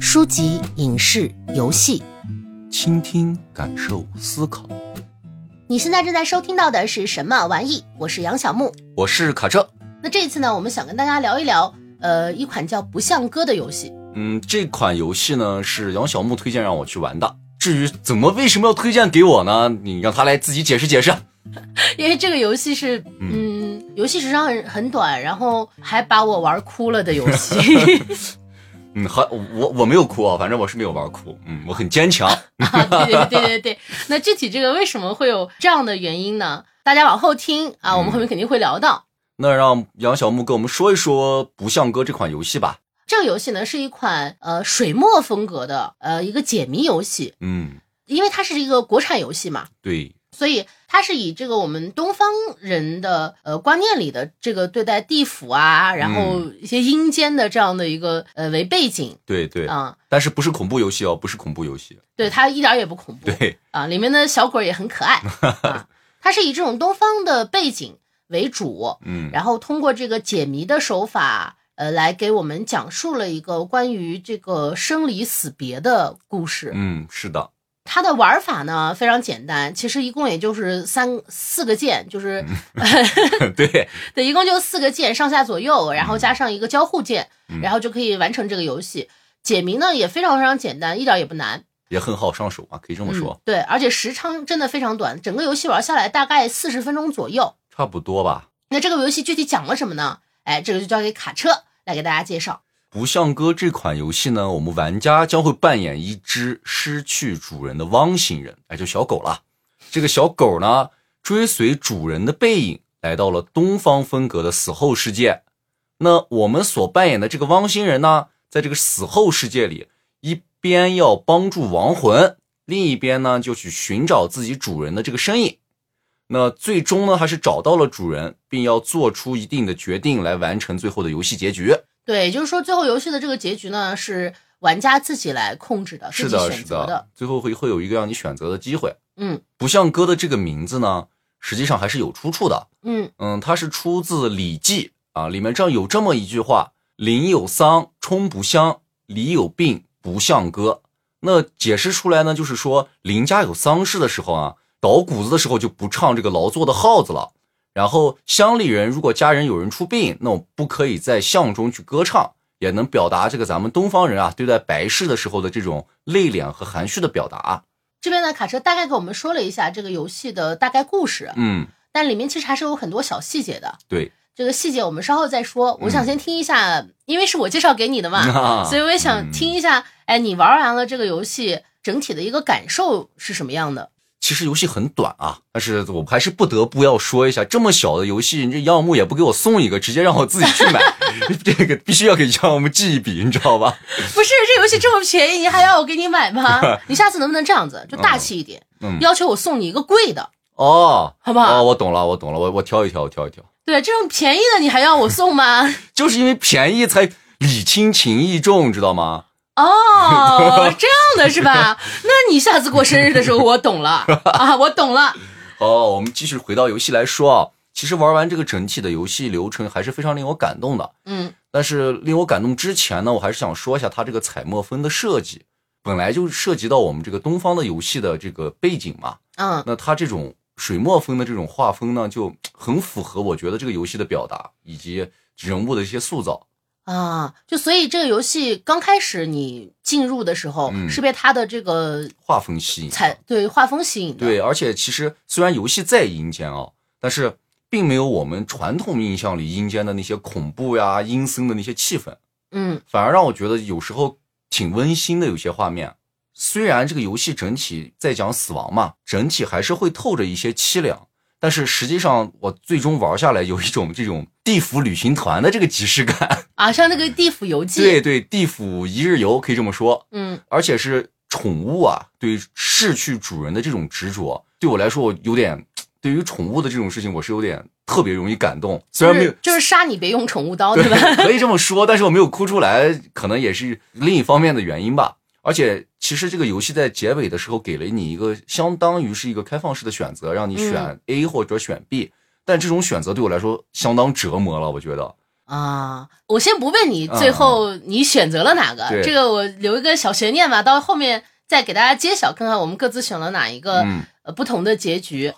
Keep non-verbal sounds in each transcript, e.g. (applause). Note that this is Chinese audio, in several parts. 书籍、影视、游戏，倾听、感受、思考。你现在正在收听到的是什么玩意？我是杨小木。我是卡车。那这次呢，我们想跟大家聊一聊，呃，一款叫《不像歌》的游戏。嗯，这款游戏呢是杨小木推荐让我去玩的。至于怎么为什么要推荐给我呢？你让他来自己解释解释。因为这个游戏是，嗯，游戏时长很很短，然后还把我玩哭了的游 (laughs) 戏。嗯，还我我没有哭啊，反正我是没有玩哭。嗯，我很坚 (laughs) 强。啊，对对对对对。那具体这个为什么会有这样的原因呢？大家往后听啊，我们后面肯定会聊到。那让杨小木跟我们说一说《不像歌》这款游戏吧。这个游戏呢是一款呃水墨风格的呃一个解谜游戏，嗯，因为它是一个国产游戏嘛，对，所以它是以这个我们东方人的呃观念里的这个对待地府啊，然后嗯一些阴间的这样的一个呃为背景对对，啊、但是不是恐怖游戏哦，不是恐怖游戏。对它一点儿也不恐怖对，啊，里面的小鬼儿也很可 (laughs) 爱啊，它是以这种东方的背景为主，嗯，然后通过这个解谜的手法。呃，来给我们讲述了一个关于这个生离死别的故事。嗯，是的， (laughs) 它的玩法呢非常简单，其实一共也就是三四个键，嗯就是对，对，一共就四个键，上下左右，然后嗯加上一个交互键，然后就可以完成这个游戏。解谜呢也非常非常简单，一点也不难。也很好上手啊，可以这么说，嗯，对，而且时长真的非常短，整个游戏玩下来大概四十分钟左右。差不多吧。那这个游戏具体讲了什么呢？哎，这个就交给卡车来给大家介绍。不像歌这款游戏呢，我们玩家将会扮演一只失去主人的汪星人，哎，就小狗了。这个小狗呢，追随主人的背影，来到了东方风格的死后世界。那我们所扮演的这个汪星人呢，在这个死后世界里，一边要帮助亡魂，另一边呢就去寻找自己主人的这个身影。那最终呢，还是找到了主人，并要做出一定的决定来完成最后的游戏结局。对，也就是说最后游戏的这个结局呢是玩家自己来控制的，是自的，己是选择的。的，最后会会有一个让你选择的机会。嗯不像歌的这个名字呢，实际上还是有出处的。嗯，嗯，它是出自《礼记》啊，里面这样有这么一句话：“邻有丧，冲不相；礼有病，不像歌。”那解释出来呢，就是说邻家有丧事的时候啊，捣鼓子的时候就不唱这个劳作的号子了。然后乡里人如果家人有人出殡，那我不可以在巷中去歌唱，也能表达这个咱们东方人啊对待白事的时候的这种内敛和含蓄的表达。这边呢卡车大概给我们说了一下这个游戏的大概故事，嗯，但里面其实还是有很多小细节的。对，这个细节我们稍后再说。我想先听一下，因为是我介绍给你的嘛，嗯啊所以我也想听一下，哎，你玩完了这个游戏整体的一个感受是什么样的？其实游戏很短啊，但是我还是不得不要说一下，这么小的游戏，你这杨小木也不给我送一个，直接让我自己去买，这个必须要给杨小木记一笔，你知道吧？不是这游戏这么便宜，你还要我给你买 (laughs) 吗？你下次能不能这样子，就大气一点，嗯要求我送你一个贵的，哦，好不好？哦，我懂了，我懂了，我我挑一挑，我挑一挑，对，这种便宜的你还要我送吗？就是因为便宜才礼轻情意重，知道吗？ (laughs) 哦，这样的是吧？那你下次过生日的时候，我懂了啊，我懂了。哦，我们继续回到游戏来说啊，其实玩完这个整体的游戏流程还是非常令我感动的，嗯但是令我感动之前呢，我还是想说一下它这个彩墨分的设计，本来就涉及到我们这个东方的游戏的这个背景嘛。嗯，那它这种水墨风的这种画风呢，就很符合我觉得这个游戏的表达以及人物的一些塑造。啊，就所以这个游戏刚开始你进入的时候，嗯是被它的这个画风吸引，彩对画风吸引的。，对，而且其实虽然游戏在阴间啊，但是并没有我们传统印象里阴间的那些恐怖呀、阴森的那些气氛，嗯反而让我觉得有时候挺温馨的。有些画面，虽然这个游戏整体在讲死亡嘛，整体还是会透着一些凄凉，但是实际上我最终玩下来有一种这种地府旅行团的这个即视感。 (laughs) 啊，像那个《地府游记》对对，地府一日游可以这么说，嗯而且是宠物啊，对逝去主人的这种执着，对我来说，我有点对于宠物的这种事情，我是有点特别容易感动。虽就然没有是就是杀你别用宠物哦刀，对吧？对， (laughs) 可以这么说，但是我没有哭出来，可能也是另一方面的原因吧。而且，其实这个游戏在结尾的时候给了你一个相当于是一个开放式的选嗯择，让你选 A 或者选 B，、但这种选择对我来说相当折磨了，我觉得。 (laughs) 啊，我先不问你最后你选择了哪个，嗯对这个我留一个小悬念吧，到后面再给大家揭晓，看看我们各自选了哪一个、嗯呃不同的结局。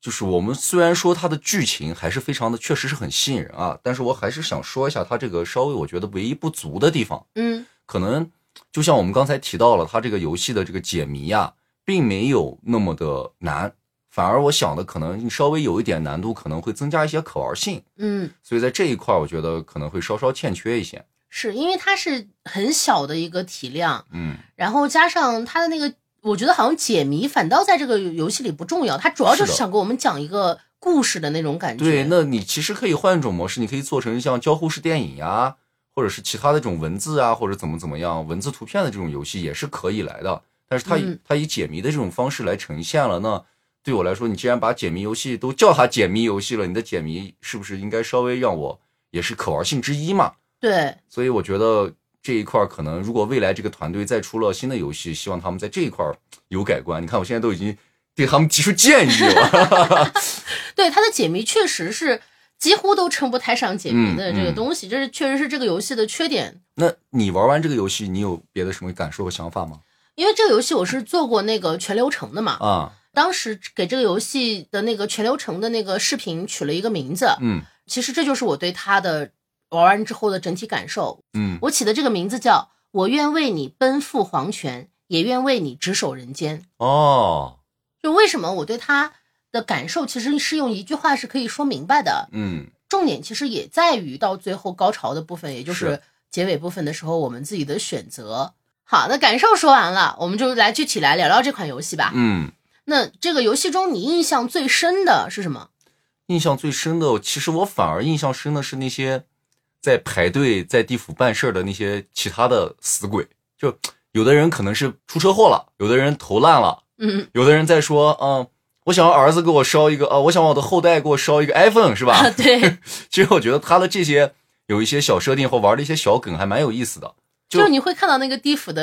就是我们虽然说它的剧情还是非常的，确实是很吸引人啊，但是我还是想说一下它这个稍微我觉得唯一不足的地方，嗯可能就像我们刚才提到了，它这个游戏的这个解谜呀、并没有那么的难，反而我想的可能稍微有一点难度，可能会增加一些可玩性，嗯，所以在这一块我觉得可能会稍稍欠缺一些。是因为它是很小的一个体量，嗯，然后加上它的那个，我觉得好像解谜反倒在这个游戏里不重要，它主要就是是的想给我们讲一个故事的那种感觉。对，那你其实可以换一种模式，你可以做成像交互式电影呀、或者是其他的这种文字啊，或者怎么怎么样，文字图片的这种游戏也是可以来的。但是它以、嗯它以解谜的这种方式来呈现了，那对我来说，你既然把解谜游戏都叫它解谜游戏了，你的解谜是不是应该稍微让我也是可玩性之一嘛？对所以我觉得这一块儿可能，如果未来这个团队再出了新的游戏，希望他们在这一块儿有改观。你看，我现在都已经对他们提出建议了。对，它的解谜确实是几乎都称不太上解谜嗯的这个东西，这是确实是这个游戏的缺点。那你玩完这个游戏，你有别的什么感受和想法吗？因为这个游戏我是做过那个全流程的嘛，啊，当时给这个游戏的那个全流程的那个视频取了一个名字，嗯其实这就是我对它的玩完之后的整体感受。嗯，我起的这个名字叫“我愿为你奔赴黄泉，也愿为你执手人间哦，”。就为什么我对它的感受，其实是用一句话是可以说明白的。嗯，重点其实也在于到最后高潮的部分，也就是是结尾部分的时候，我们自己的选择。好，那感受说完了，我们就来具体来聊聊这款游戏吧。嗯，那这个游戏中你印象最深的是什么？印象最深的，其实我反而印象深的是那些在排队在地府办事儿的那些其他的死鬼，就有的人可能是出车祸了，有的人投烂了，嗯，有的人在说，嗯，我想要儿子给我烧一个，啊，我想我的后代给我烧一个 iPhone，是吧？ (laughs) 啊，对，其实我觉得他的这些有一些小设定或玩的一些小梗还蛮有意思的。 (laughs) 就就是你会看到那个地府的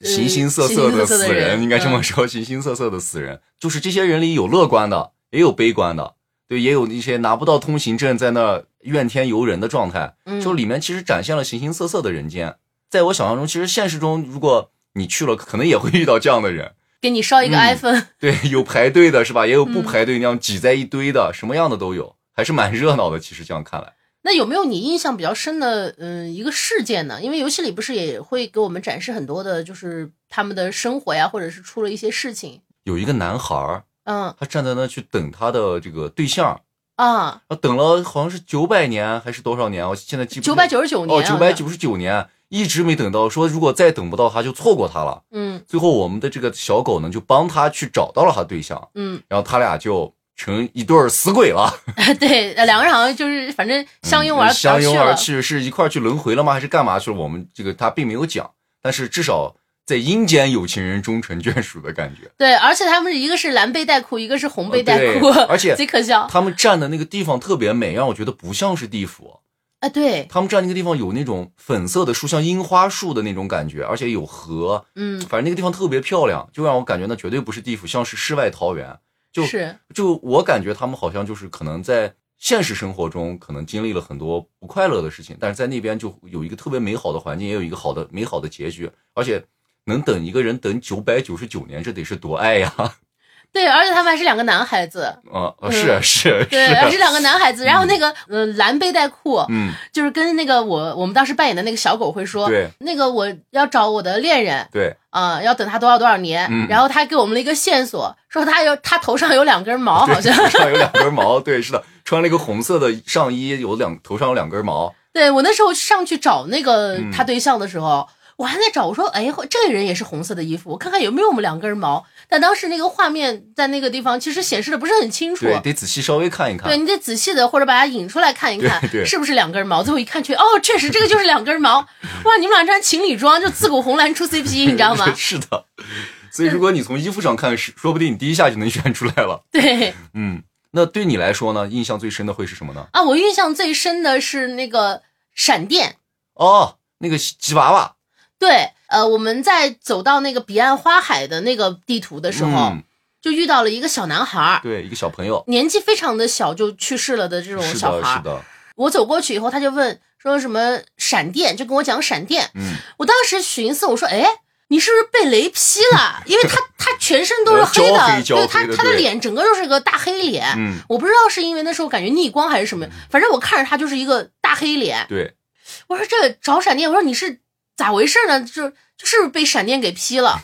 呃形形色色形的的死人，人，应该这么嗯说，形形色色的死人，就是这些人里有乐观的，也有悲观的，对，也有一些拿不到通行证在那儿怨天尤人的状态，嗯就里面其实展现了形形色色的人间。在我想象中，其实现实中如果你去了，可能也会遇到这样的人， (laughs) 给你烧一个嗯 iPhone，对，有排队的是吧？也有不嗯排队那样挤在一堆的，什么样的都有，还是蛮热闹的。其实这样看来，那有没有你印象比较深的，嗯，一个事件呢？因为游戏里不是也会给我们展示很多的，就是他们的生活呀，或者是出了一些事情。有一个男孩儿，嗯他站在那去等他的这个对象，啊，啊，等了好像是九百年还是多少年，我现在记不九百九十九年、哦，九百，九十九年一直没等到，说如果再等不到他就错过他了。嗯最后我们的这个小狗呢就帮他去找到了他对象，嗯， (laughs) 然后他俩就成一对儿死鬼了，对，呃两个人好像就是反正相拥而、嗯呃相拥而而去，是一块儿去轮回了吗？还是干嘛去了？我们这个他并没有讲，但是至少在阴间有情人终成眷属的感觉。对，而且他们是一个是蓝背带裤，一个是红背带裤，哦对而且贼可笑。他们站的那个地方特别美，让我觉得不像是地府。啊，对，他们站那个地方有那种粉色的树，像樱花树的那种感觉，而且有河，嗯，，反正那个地方特别漂亮，就让我感觉那绝对不是地府，像是世外桃源。就是就我感觉他们好像就是可能在现实生活中可能经历了很多不快乐的事情，但是在那边就有一个特别美好的环境，也有一个好的美好的结局，而且能等一个人等九百九十九年，这得是多爱呀！对，而且他们还是两个男孩子，啊，是是对，还是，啊是两个男孩子。然后那个，嗯、蓝背带裤，嗯，就是跟那个我我们当时扮演的那个小狗会说，对那个我要找我的恋人对，啊、要等他多少多少年。嗯然后他给我们了一个线索，说他有他头上有两根毛，好像。 (laughs) (laughs) 头上有两根毛，对，是的，穿了一个红色的上衣，有两头上有两根毛，对我那时候上去找那个嗯他对象的时候。我还在找，我说，哎，这个人也是红色的衣服，我看看有没有我们两根毛。但当时那个画面在那个地方其实显示的不是很清楚，对，得啊仔细稍微看一对，看。你得仔细的或者把它引出来看一看对对，？是不是两根毛？最后一看去，哦，确实这个就是两根毛。哇，你们俩穿情侣装就自古红蓝出 CP，你知道吗 (laughs) 是的，所以如果你从衣服上看，是说不定你第一下就能选出来了。对嗯，那对你来说呢，印象最深的会是什么呢？啊，我印象最深的是那个闪电。哦，那个吉娃娃对，呃，我们在走到那个彼岸花海的那个地图的时候，嗯就遇到了一个小男孩儿，对，一个小朋友，年纪非常的小就去世了的这种是小的，孩是儿。的，我走过去以后，他就问说什么闪电，就跟我讲闪电。嗯， (laughs) 我当时寻思，我说，哎，你是不是被雷劈了？因为 (laughs) 他他全身都是黑呃焦的，黑焦黑对的他他的对脸整个就是个大黑脸。嗯我不知道是因为那时候感觉逆光还是什么，反正我看着他就是一个大黑脸。对，我说这找闪电，我说你是咋回事呢？就就是被闪电给劈 (laughs) 了。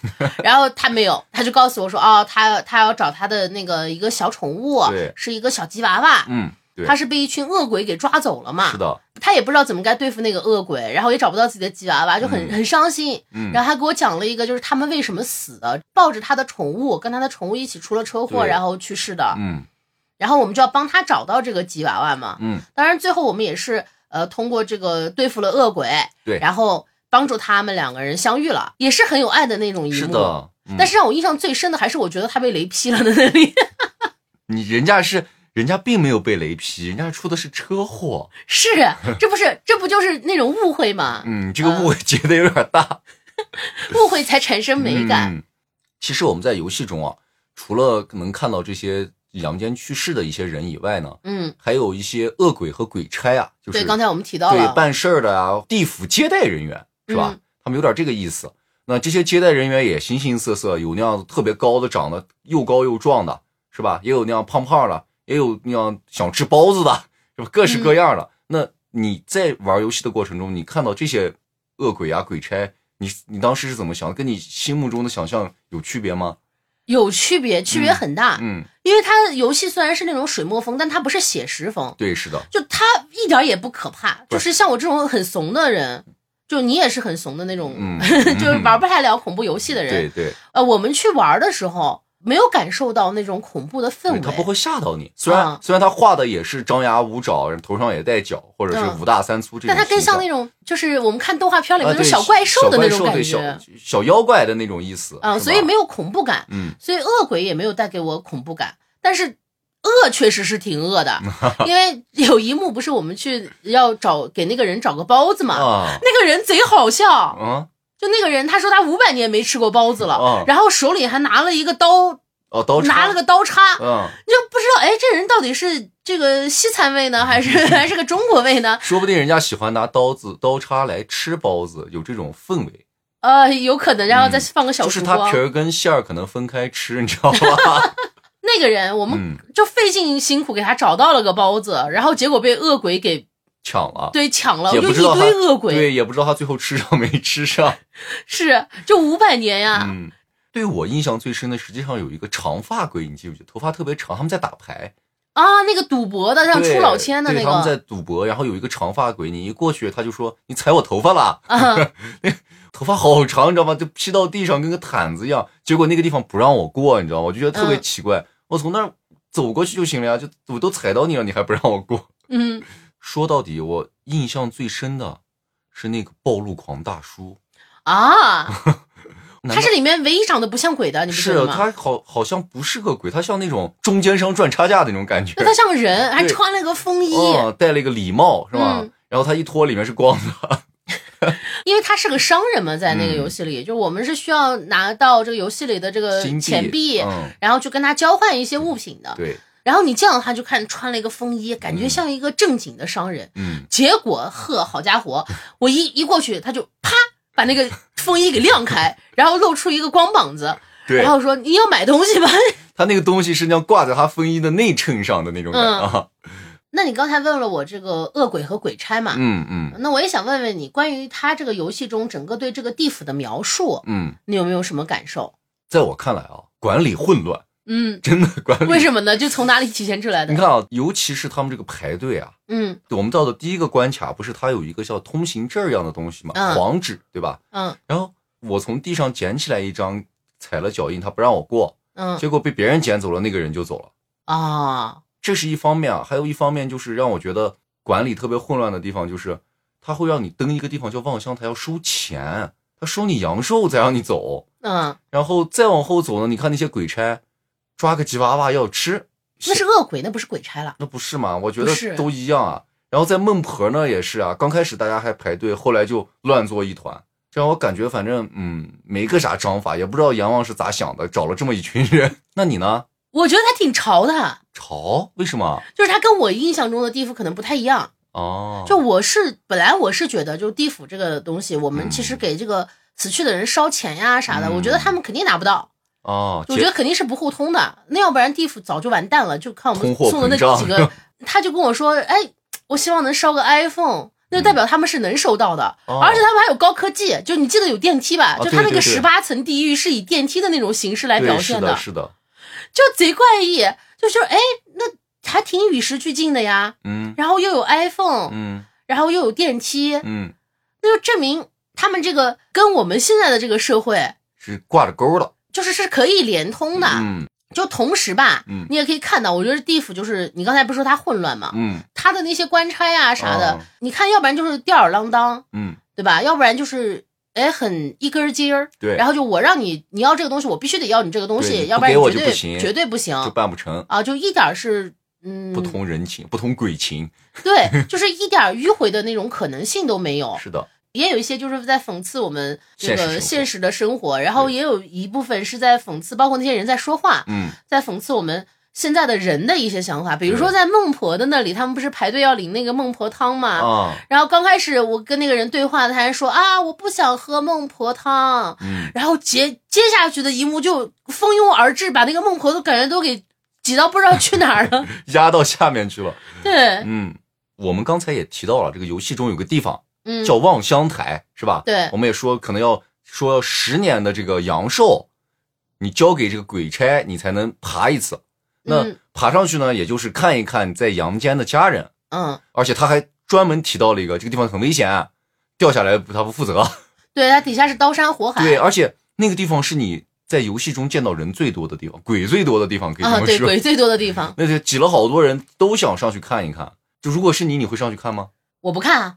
然后他没有，他就告诉我说，哦，他他要找他的那个一个小宠物对，是一个小吉娃娃。嗯，对，他是被一群恶鬼给抓走了嘛？是的，他也不知道怎么该对付那个恶鬼，然后也找不到自己的吉娃娃，就很、嗯很伤心。嗯，然后他给我讲了一个，就是他们为什么死的，抱着他的宠物，跟他的宠物一起出了车祸，对然后去世的。嗯然后我们就要帮他找到这个吉娃娃嘛。嗯，当然，最后我们也是呃通过这个对付了恶鬼，对然后帮助他们两个人相遇了，也是很有爱的那种一幕。是的，嗯但是让我印象最深的还是我觉得他被雷劈了的那里。 (laughs) 你人家是人家并没有被雷劈，人家出的是车祸，是，啊这不是这不就是那种误会吗？嗯，这个误会结的有点大，误会才产生美感。嗯。其实我们在游戏中啊，除了能看到这些阳间去世的一些人以外呢，嗯，还有一些恶鬼和鬼差啊，就是对，刚才我们提到对了，办事儿的啊，地府接待人员是吧？嗯他们有点这个意思。那这些接待人员也形形色色，有那样特别高的，长得又高又壮的，是吧？也有那样胖胖的，也有那样想吃包子的，是吧？各式各样嗯的。那你在玩游戏的过程中，你看到这些恶鬼啊、鬼差，你你当时是怎么想？跟你心目中的想象有区别吗？有区别，区别很大。嗯，因为它游戏虽然是那种水墨风，但它不是写实风，对，是的，就它一点儿也不可怕。对就是像我这种很怂的人，就你也是很怂的那种， (laughs) 嗯就是玩不太了恐怖游戏的对人。对，呃，我们去玩的时候没有感受到那种恐怖的氛围，他不会吓到你。虽然、啊虽然他画的也是张牙舞爪，头上也带角，或者嗯是五大三粗这种但形象，它更像那种就是我们看动画片里啊，面那种对，小怪兽的那种小感对觉，小小妖怪的那种意思啊，是吧所以没有恐怖感。嗯所以恶鬼也没有带给我恐怖感，但是恶确实是挺恶 (laughs) 的，因为有一幕不是我们去要找给那个人找个包子嘛，啊那个人贼好笑，嗯就那个人他说他五百年没吃过包子了，啊然后手里还拿了一个刀，哦，刀叉拿了个刀叉，嗯，你就不知道哎这人到底是这个西餐味呢，还 (laughs) 是还是个中国味呢？说不定人家喜欢拿刀子刀叉来吃包子，有这种氛围，呃，有可能，然后再嗯放个小就是烛它光。皮儿跟馅儿可能分开吃，你知道吧？那个人我们嗯，就费尽辛苦给他找到了个包子，然后结果被恶鬼给抢了，对，抢了，也就不一知道堆他恶鬼，对，也不知道他最后吃上没吃上。是就五百年呀、嗯，对我印象最深的，实际上有一个长发鬼，你记不记得？头发特别长，他们在打牌。啊，那个赌博的，像对出老千的对那他们在个赌博，然后有一个长发鬼，你一过去，他就说你踩我头发了，啊，头发好长，你知道吗？就披到地上跟个毯子一样。结果那个地方不让我过，你知道吗？我就觉得特别嗯奇怪，我从那儿走过去就行了呀，就我都踩到你了，你还不让我过。 (laughs) 嗯，说到底，我印象最深的是那个暴露狂大叔，啊， (laughs) 难他道是里面唯一长得不像鬼的，你不觉是啊得吗？他好好像不是个鬼，他像那种中间商赚差价的那种感觉那。他像人，还对穿了个风衣，嗯，戴了一个礼帽是吧？嗯然后他一脱，里面是光的。因为他是个商人嘛，在那个游戏里，就我们是需要拿到这个游戏里的这 (laughs) 个嗯金钱币，嗯，然后去跟他交换一些物品的。对，然后你这样，他就看穿了一个风衣，感觉像一个正经的商人。嗯，结果呵，好家伙， (laughs) 我一一过去，他就啪把那个风衣给晾开， (laughs) 然后露出一个光膀子，对然。后说你要买东西吧。 (laughs) 他那个东西是那样挂在他风衣的内衬上的那种感觉嗯啊。那你刚才问了我这个恶鬼和鬼差嘛，嗯嗯那我也想问问你，关于他这个游戏中整个对这个地府的描述，嗯，你有没有什么感受？在我看来啊，管理混乱，嗯，真的管理。为什么呢？就从哪里体现出来你的？看啊，尤其是他们这个排队啊，嗯我们到的第一个关卡，不是它有一个叫通行证一样的东西嘛，嗯黄纸对吧？嗯然后我从地上捡起来一张，踩了脚印，他不让我过，嗯结果被别人捡走了，那个人就走了。啊，这是一方面啊，还有一方面就是让我觉得管理特别混乱的地方，就是他会让你登一个地方叫望乡台，要收钱，他收你阳寿再让你走，嗯，然后再往后走呢，你看那些鬼差抓个吉娃娃要吃，那是恶鬼，那不是鬼差了。那不是吗？我觉不得是都一样啊。然后在孟婆那也是啊，刚开始大家还排队，后来就乱作一团，这让我感觉反正嗯没个啥章法，也不知道阎王是咋想的，找了这么一群人。 (laughs) 那你呢？我觉得他挺潮的，吵？为什么就是他跟我印象中的地府可能不太一样。哦，就我是本来我是觉得，就地府这个东西，我们其实给这个死去的人烧钱呀啥的，嗯我觉得他们肯定拿不到，哦，我觉结得肯定是不互通的，那要不然地府早就完蛋了。就看我们通货送的膨那胀几 (laughs) 个，他就跟我说，哎，我希望能烧个 iPhone。那就代表他们是能收到的，哦而且他们还有高科技。就你记得有电梯吧？啊就他那对对个对十八层地狱是以电梯的那种形式来对哎表是现的，是的，就贼怪异。就是哎，那还挺与时俱进的呀。嗯然后又有 iPhone，、嗯然后又有电梯，嗯，那就证明他们这个跟我们现在的这个社会，是挂着钩了，就是是可以连通的。嗯就同时吧，嗯你也可以看到，我觉得地府就是你刚才不是说它混乱吗？嗯它的那些官差啊啥的，哦你看，要不然就是吊儿郎当，嗯，对吧？要不然就是哎很一根筋儿，对，然后就我让你你要这个东西，我必须得要你这个东对你西，不要不然给我你就绝不对行绝对不行就办不成，啊！就一点儿是嗯，不通人情，不通鬼情，对，就是一点儿迂回的那种可能性都没有。是的，也有一些就是在讽刺我们这现实生活个现实的生活，然后对也有一部分是在讽刺，包括那些人在说话，嗯在讽刺我们现在的人的一些想法。比如对说在孟婆的那里，他们不是排队要领那个孟婆汤吗？啊，然后刚开始我跟那个人对话，他还说啊，我不想喝孟婆汤。嗯，然后接接下去的一幕就蜂拥而至，把那个孟婆都感觉都给挤到不知道去哪儿 (laughs) 了。压到下面去了，对，嗯。我们刚才也提到了，这个游戏中有个地方嗯，叫望乡台，是吧？对我们也说可能要说十年的这个阳寿，你交给这个鬼差，你才能爬一次。那嗯爬上去呢，也就是看一看在阳间的家人，嗯，而且他还专门提到了一个这个地方很危险，啊掉下来他不负责。对，它底下是刀山火海。 (laughs) 对，而且那个地方是你在游戏中见到人最多的地方，鬼最多的地方，可以啊，这么对，说。鬼最多的地方，那就挤了好多人都想上去看一看。就如果是你，你会上去看吗？我不看啊。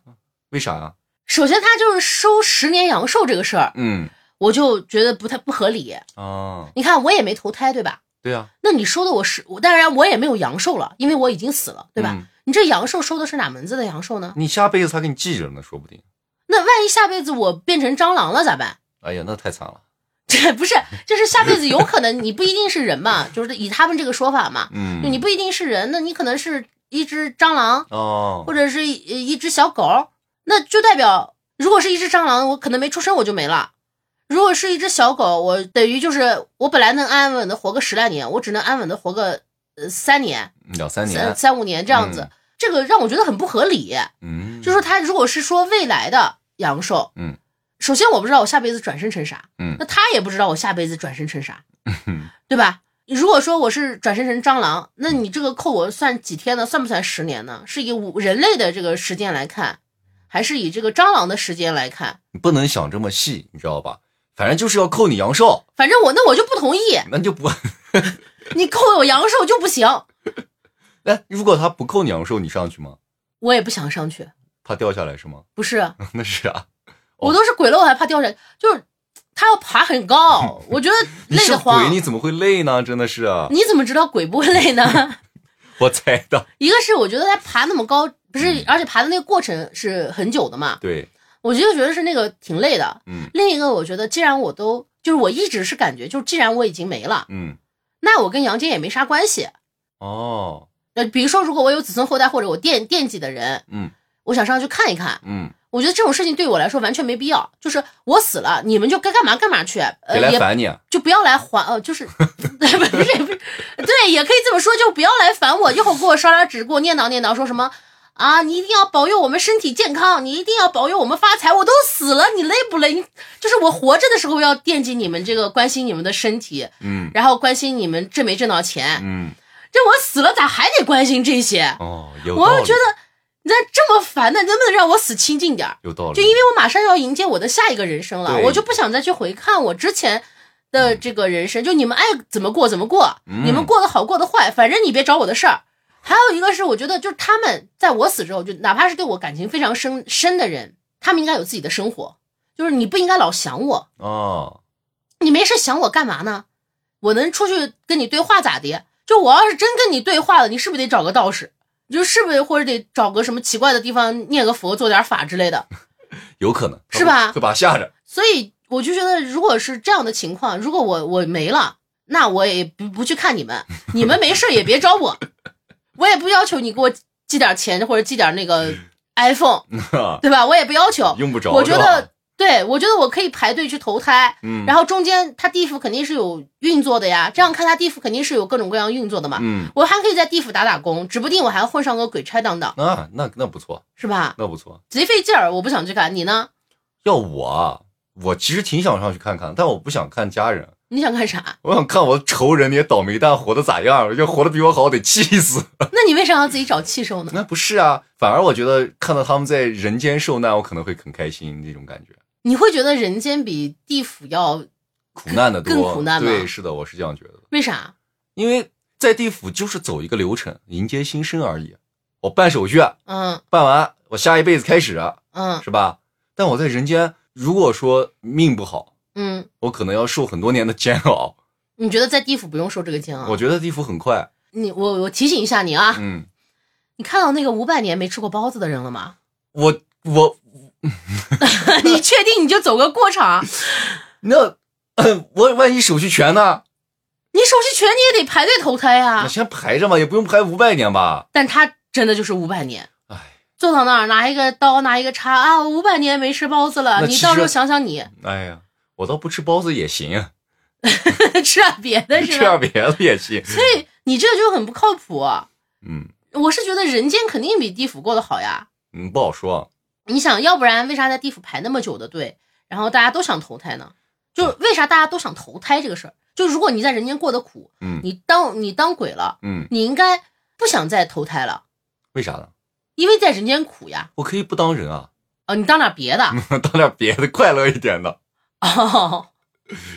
为啥呀、首先，他就是收十年阳寿这个事儿，嗯我就觉得不太不合理。啊，你看，我也没投胎，对吧？对啊，那你收的我是，我当然我也没有阳寿了，因为我已经死了，对吧？嗯你这阳寿收的是哪门子的阳寿呢？你下辈子他给你记着呢，说不定。那万一下辈子我变成蟑螂了咋办？ (laughs) 哎呀，那太惨了。对，不是，就是下辈子有可能你不一定是人嘛，就是以他们这个说法嘛，嗯，就你不一定是人，那你可能是一只蟑螂，哦或，者是一呃一只小狗，那就代表如果是一只蟑螂，我可能没出生我就没了；如果是一只小狗，我等于就是我本来能安稳的活个十来年，我只能安稳的活个呃三年、嗯两三年三，三五年这样子，嗯这个让我觉得很不合理。嗯，就说他如果是说未来的阳寿，嗯，首先我不知道我下辈子转生成啥，嗯那他也不知道我下辈子转生成啥，对吧？如果说我是转生成蟑螂，那你这个扣我算几天呢？算不算十年呢？是以五人类的这个时间来看，还是以这个蟑螂的时间来看？你不能想这么细，你知道吧？反正就是要扣你阳寿，反正我那我就不同意，那就不， (laughs) 你扣我阳寿就不行，哎，如果他不扣你阳寿，你上去吗？我也不想上去。怕掉下来是吗？不是， (laughs) 那是 (laughs) 啊，我都是鬼了，我还怕掉下来，就是他要爬很高，我觉得你累是得慌鬼，。你怎么会累呢？真的是啊，你怎么知道鬼不会累呢？ (laughs) 我猜的。一个是我觉得他爬那么高，不嗯是，而且爬的那个过程是很久的嘛，对，我就觉得是那个挺累的。嗯另一个，我觉得既然我都就是我一直是感觉，就是既然我已经没了，嗯，那我跟阳间也没啥关系。哦，呃，比如说，如果我有子孙后代或者我惦惦记的人，嗯我想上去看一看，嗯，我觉得这种事情对我来说完全没必要。就是我死了，你们就该干嘛干嘛去，别呃，来也烦你啊。也就不要来还，呃，就是不是不是，对，也可以这么说，就不要来烦我，一会儿给我烧点纸，给我念叨念叨，说什么啊，你一定要保佑我们身体健康，你一定要保佑我们发财，我都死了，你累不累？你就是我活着的时候要惦记你们这个，关心你们的身体，嗯然后关心你们挣没挣到钱，嗯，这我死了咋还得关心这些？ (laughs) 哦，有道我理，就觉得你咋这么烦呢？能不能让我死清静点儿？有道理，就因为我马上要迎接我的下一个人生了，对我就不想再去回看我之前的这个人生。就你们爱怎么过怎么过，嗯你们过得好过得坏，反正你别找我的事儿。还有一个是，我觉得就是他们在我死之后，就哪怕是对我感情非常深深的人，他们应该有自己的生活，就是你不应该老想我，哦，你没事想我干嘛呢？我能出去跟你对话咋的？就我要是真跟你对话了，你是不是得找个道士？就是不是或者得找个什么奇怪的地方念个佛，做点法之类的？有可能是吧会把他吓着。 (laughs) 所以我就觉得，如果是这样的情况，如果我我没了， (laughs) 那我也不不去看你们，你们没事儿也别找我，我也不要求你给我寄点钱或者寄点那个嗯 iPhone，哈对吧？我也不要求，用不着。我觉是吧得，对我觉得我可以排队去投胎，嗯，然后后中间他地府肯定是有运作的呀，这样看他地府肯定是有各种各样运作的嘛。嗯，我还可以在地府打打工，指不定我还混上个鬼差当当，那啊那那不错，是吧？那不错。贼费劲儿，我不想去看。你呢？要我，啊，我其实挺想上去看看，但我不想看家人，你想干啥？ (laughs) 我想看我仇人那些倒霉蛋活得咋样，要活得比我好，我得气死。那你为啥要自己找气受呢？那不是啊，反而我觉得看到他们在人间受难，我可能会很开心那种感觉。你会觉得人间比地府要苦难的多，更苦难吗对，是的，我是这样觉得的，为啥？因为在地府就是走一个流程，迎接新生而已。我办手续，啊嗯办完我下一辈子开始，啊嗯是吧？但我在人间，如果说命不好，嗯，我可能要受很多年的煎熬。你觉得在地府不用受这个煎熬？我觉得地府很快，你我我提醒一下你啊，嗯，你看到那个五百年没吃过包子的人了 (laughs) 吗？我我你确定你就走个过场？那 (coughs) 我万一手续全呢？你手续全你也得排队投胎呀、那先排着嘛，也不用排五百年吧？但他真的就是五百年，哎坐到那儿拿一个刀拿一个叉啊，我五百年没吃包子了。那你其到时候实想想你 (laughs) 哎呀，我倒不吃包子也行，吃点别的吃是吧？点别的也行。所以你这就很不靠谱、啊嗯我是觉得人间肯定比地府过得好呀。嗯，不好说。你想要不然为啥在地府排那么久的队，然后大家都想投胎呢？就是为啥大家都想投胎这个事儿？就如果你在人间过得苦，嗯你当你当鬼了，嗯，你应该不想再投胎了，为啥呢？因为在人间苦呀。我可以不当人啊， (laughs) 哦，你当点别的当点别的快乐一点的，哦，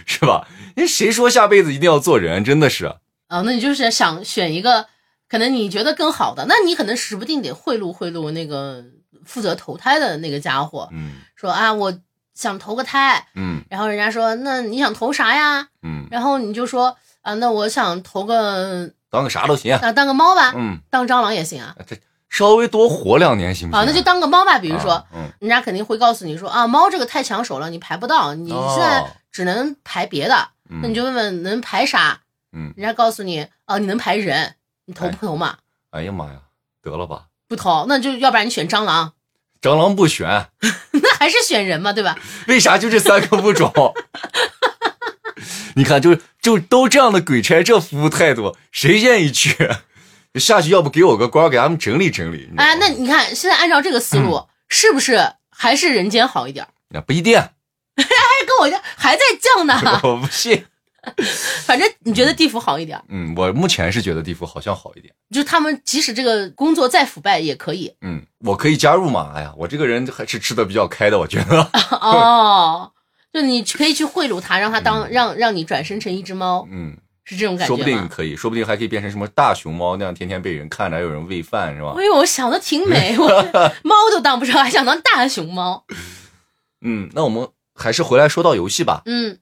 是吧？人谁说下辈子一定要做人？真的是，啊哦，那你就是想选一个可能你觉得更好的，那你可能指不定得贿赂贿赂那个负责投胎的那个家伙，嗯说啊，我想投个胎，嗯然后人家说那你想投啥呀？嗯，然后你就说啊，那我想投个当个啥都行。啊，当个猫吧，嗯，当蟑螂也行啊。这稍微多活两年行不行？啊，那就当个猫吧。比如说，嗯啊，嗯，人家肯定会告诉你说啊，猫这个太抢手了，你排不到，你哦现在只能排别的。那那你就问问能排啥？嗯，人家告诉你啊，你能排人，你投不投嘛？哎呀妈呀，得了吧，不投，那就要不然你选蟑螂， (laughs) 蟑螂不选，那还是选人嘛，对吧？ (laughs) 为啥就这三个不中？ (laughs) 你看，就就都这样的鬼差，这服务态度，谁愿意去？下去，要不给我个官儿，给他们整理整理。你知道吗哎，那你看现在按照这个思路，嗯是不是还是人间好一点儿？那啊不一定，哎，跟我一样还在降呢，我不信。 (laughs) 反正你觉得地府好一点儿？嗯，我目前是觉得地府好像好一点。就他们即使这个工作再腐败也可以嗯，我可以加入嘛？哎呀，我这个人还是吃的比较开的，我 (laughs) 觉得。哦，就你可以去贿赂他，让他当让让你转身成一只猫，嗯，是这种感觉说吗？不定可以，说不定还可以变成什么大熊猫那样，天天被人看着，还有人喂饭，是吧哎？呦，我想的挺 (laughs) 美，我猫都当不上，还想当大熊猫。嗯，那我们还是回来说到游戏吧。嗯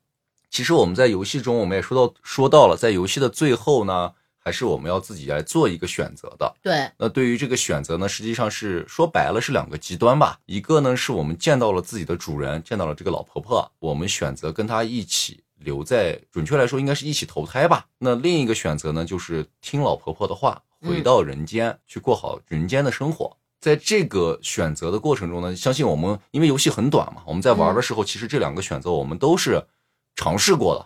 其实我们在游戏中，我们也说到说到了，在游戏的最后呢，还是我们要自己来做一个选择的。对，那对于这个选择呢，实际上是说白了是两个极端吧。一个呢是我们见到了自己的主人，见到了这个老婆婆，我们选择跟她一起留在，准确来说应该是一起投胎吧。那另一个选择呢，就是听老婆婆的话，回到人间、去过好人间的生活。在这个选择的过程中呢，相信我们因为游戏很短嘛，我们在玩的时候，其实这两个选择我们都是尝试过的。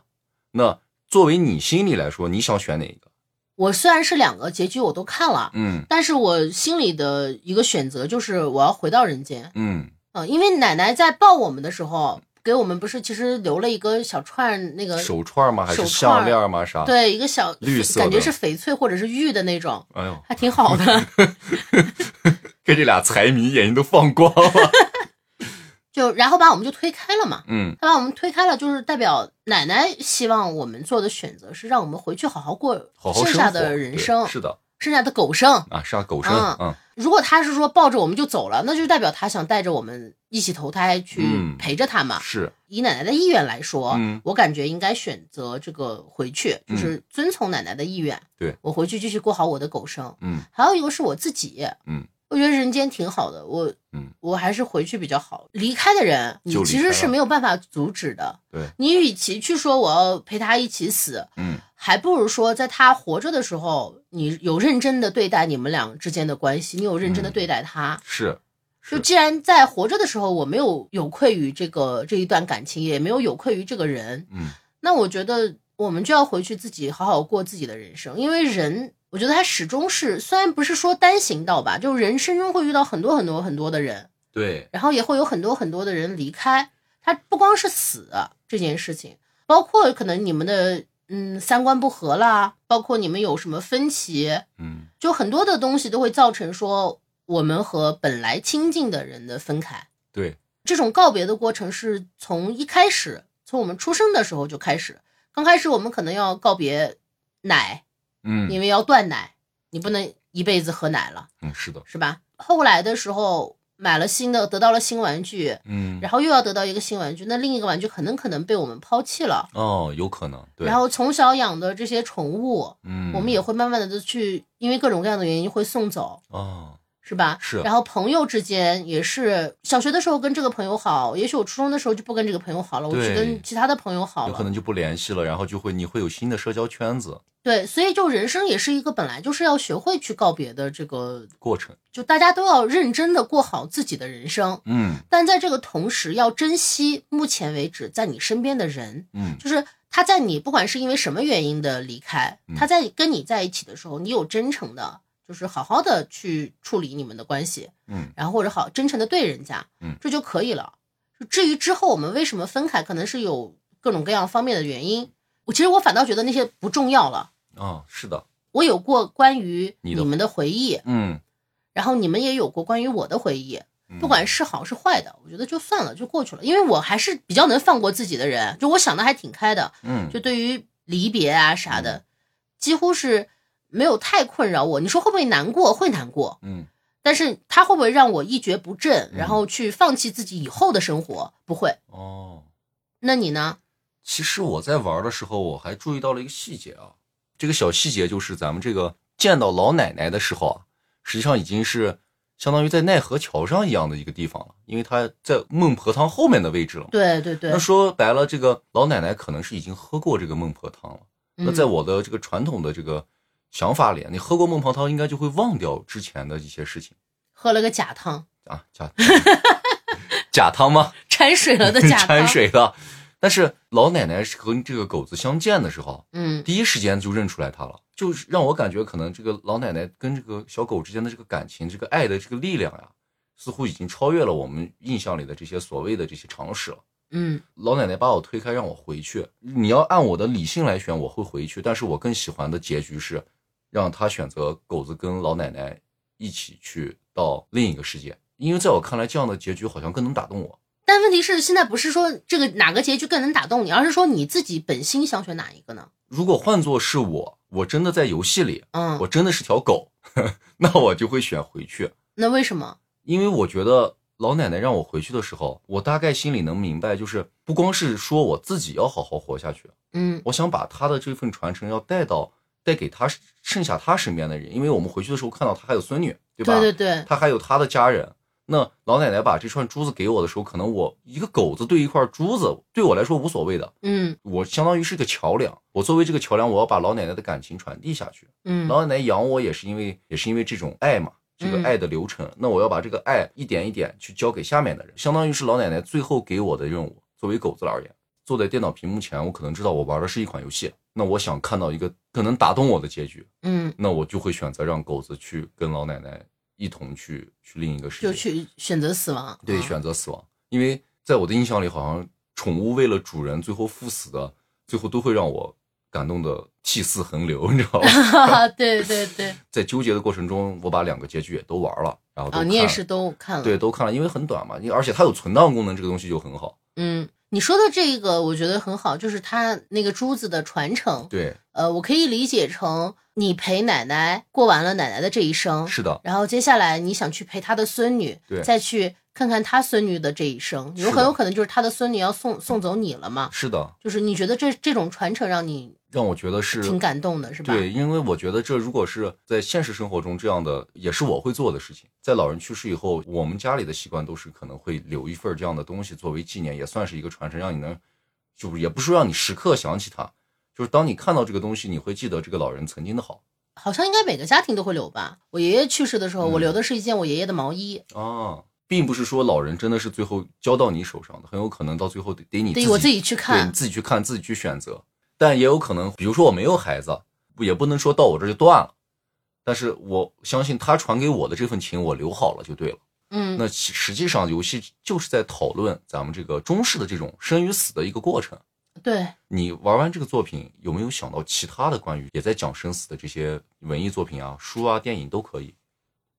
那作为你心里来说，你想选哪一个？我虽然是两个结局我都看了，嗯但是我心里的一个选择就是我要回到人间。嗯嗯，因为奶奶在抱我们的时候，给我们不是其实留了一个小串儿那个手串吗？还是手串项链吗？啥？，对一个小绿色的感觉是翡翠或者是玉的那种，哎呦，还挺好 (laughs) 的。跟这俩财迷眼睛都放光了。就然后把我们就推开了嘛。嗯他把我们推开了，就是代表奶奶希望我们做的选择是让我们回去好好过好好剩生下活的人对生，是的剩下的狗生。啊，是啊，狗生，嗯嗯如果他是说抱着我们就走了，那就代表他想带着我们一起投胎去嗯陪着他嘛。是，以奶奶的意愿来说，嗯我感觉应该选择这个回去，就是遵从奶奶的意愿。对我回去继续过好我的狗生。嗯还有一个是我自己，嗯，我觉得人间挺好的，我，嗯，我还是回去比较好。离开的人，你就离其开实了是没有办法阻止的。对你与其去说我要陪他一起死，嗯还不如说在他活着的时候，你有认真的对待你们俩之间的关系，你有认真的嗯对待他。是就是既然在活着的时候我没有有愧于这个这一段感情，也没有有愧于这个人，嗯那我觉得我们就要回去自己好好过自己的人生，因为人，我觉得他始终是，虽然不是说单行道吧，就是人生中会遇到很多很多很多的人，对然后也会有很多很多的人离开。他不光是死这件事情，包括可能你们的嗯三观不合啦，包括你们有什么分歧，嗯就很多的东西都会造成说我们和本来亲近的人的分开。对这种告别的过程是从一开始，从我们出生的时候就开始。刚开始我们可能要告别奶，因嗯为要断奶，你不能一辈子喝奶了，嗯是的是吧？后来的时候买了新的，得到了新玩具，嗯然后又要得到一个新玩具，那另一个玩具很可能被我们抛弃了。哦有可能对然后从小养的这些宠物，嗯我们也会慢慢的去，因为各种各样的原因会送走。哦是吧？是然后朋友之间也是，小学的时候跟这个朋友好，也许我初中的时候就不跟这个朋友好了，我去对跟其他的朋友好有可了。能就不联系了，然后就会你会有新的社交圈子对，所以就人生也是一个本来就是要学会去告别的这个，过程就大家都要认真的过好自己的人生，嗯但在这个同时要珍惜目前为止在你身边的人，嗯就是他在你不管是因为什么原因的离开，嗯他在跟你在一起的时候，你有真诚的，就是好好的去处理你们的关系。嗯然后或者好真诚的对人家，嗯，这就可以了。至于之后我们为什么分开，可能是有各种各样方面的原因。我其实我反倒觉得那些不重要了。哦是的我有过关于你你的们的回忆，嗯然后你们也有过关于我的回忆，嗯不管是好是坏的，我觉得就算了，就过去了。因为我还是比较能放过自己的人，就我想的还挺开的，嗯就对于离别啊啥的，几乎是没有太困扰我。你说会不会难过？会难过，嗯但是他会不会让我一蹶不振，然后去放弃自己以后的生活？不会。哦。那你呢？其实我在玩的时候，我还注意到了一个细节啊，这个小细节就是咱们这个见到老奶奶的时候啊，实际上已经是相当于在奈何桥上一样的一个地方了，因为她在孟婆汤后面的位置了嘛。对对对那，说白了，这个老奶奶可能是已经喝过这个孟婆汤了。那嗯在我的这个传统的这个想法里，你喝过孟婆汤，应该就会忘掉之前的一些事情喝了个假汤，啊，假 (laughs) 假汤吗？掺水了的 (laughs) 假汤。掺。水的。但是老奶奶是和这个狗子相见的时候，啊嗯，第一时间就认出来它了，就是让我感觉可能这个老奶奶跟这个小狗之间的这个感情、这个爱的这个力量呀，似乎已经超越了我们印象里的这些所谓的这些常识了。嗯，老奶奶把我推开，让我回去。你要按我的理性来选，我会回去，但是我更喜欢的结局是，让她选择狗子跟老奶奶一起去到另一个世界，因为在我看来，这样的结局好像更能打动我。但问题是现在不是说这个哪个结局更能打动你，而是说你自己本心想选哪一个呢？如果换作是我，我真的在游戏里，嗯我，真的是条狗， (laughs) 那我就会选回去，那为什么？因为我觉得老奶奶让我回去的时候，我大概心里能明白，就是不光是说我自己要好好活下去，嗯我想把她的这份传承要带到带给她剩下她身边的人，因为我们回去的时候看到她还有孙女，对吧？对对对，她还有她的家人。那老奶奶把这串珠子给我的时候，可能我一个狗子对一块珠子，对我来说无所谓的，嗯我相当于是个桥梁。我作为这个桥梁，我要把老奶奶的感情传递下去。嗯老奶奶养我也是因为也是因为这种爱嘛，这个嗯爱的流程。那我要把这个爱一点一点去交给下面的人，相当于是老奶奶最后给我的任务。作为狗子而言，坐在电脑屏幕前，我可能知道我玩的是一款游戏，那我想看到一个更能打动我的结局，嗯，那我就会选择让狗子去跟老奶奶一同去去另一个世界，就去选择死亡。对，嗯选择死亡，因为在我的印象里，好像宠物为了主人最后赴死的，最后都会让我感动的涕泗横流，你知道吗？ (laughs) 对对 (laughs) 对，在纠结的过程中，我把两个结局也都玩了，然后都啊，看了、你也是都看了。对都看了，因为很短嘛，你而且它有存档功能，这个东西就很好。嗯，你说的这个我觉得很好，就是他那个珠子的传承，对，呃，我可以理解成你陪奶奶过完了奶奶的这一生，是的，然后接下来你想去陪她的孙女对，再去看看她孙女的这一生，是有的很有可能就是她的孙女要送送走你了嘛，是的，就是你觉得这这种传承让你让我觉得是挺感动的，是吧？对，因为我觉得这如果是在现实生活中这样的，也是我会做的事情。在老人去世以后，我们家里的习惯都是可能会留一份这样的东西作为纪念，也算是一个传承，让你能，就是也不是说让你时刻想起它，就是当你看到这个东西，你会记得这个老人曾经的好好像应该每个家庭都会留吧。我爷爷去世的时嗯候，我留的是一件我爷爷的毛衣，啊，并不是说老人真的是最后交到你手上的，很有可能到最后得得你对我自己去对你看。自己去看，自己去选择。但也有可能，比如说我没有孩子，也不能说到我这儿就断了。但是我相信他传给我的这份情，我留好了就对了。嗯，那其实际上，游戏就是在讨论咱们这个中式的这种生与死的一个过程。对，你玩完这个作品，有没有想到其他的关于也在讲生死的这些文艺作品啊、书啊、电影都可以？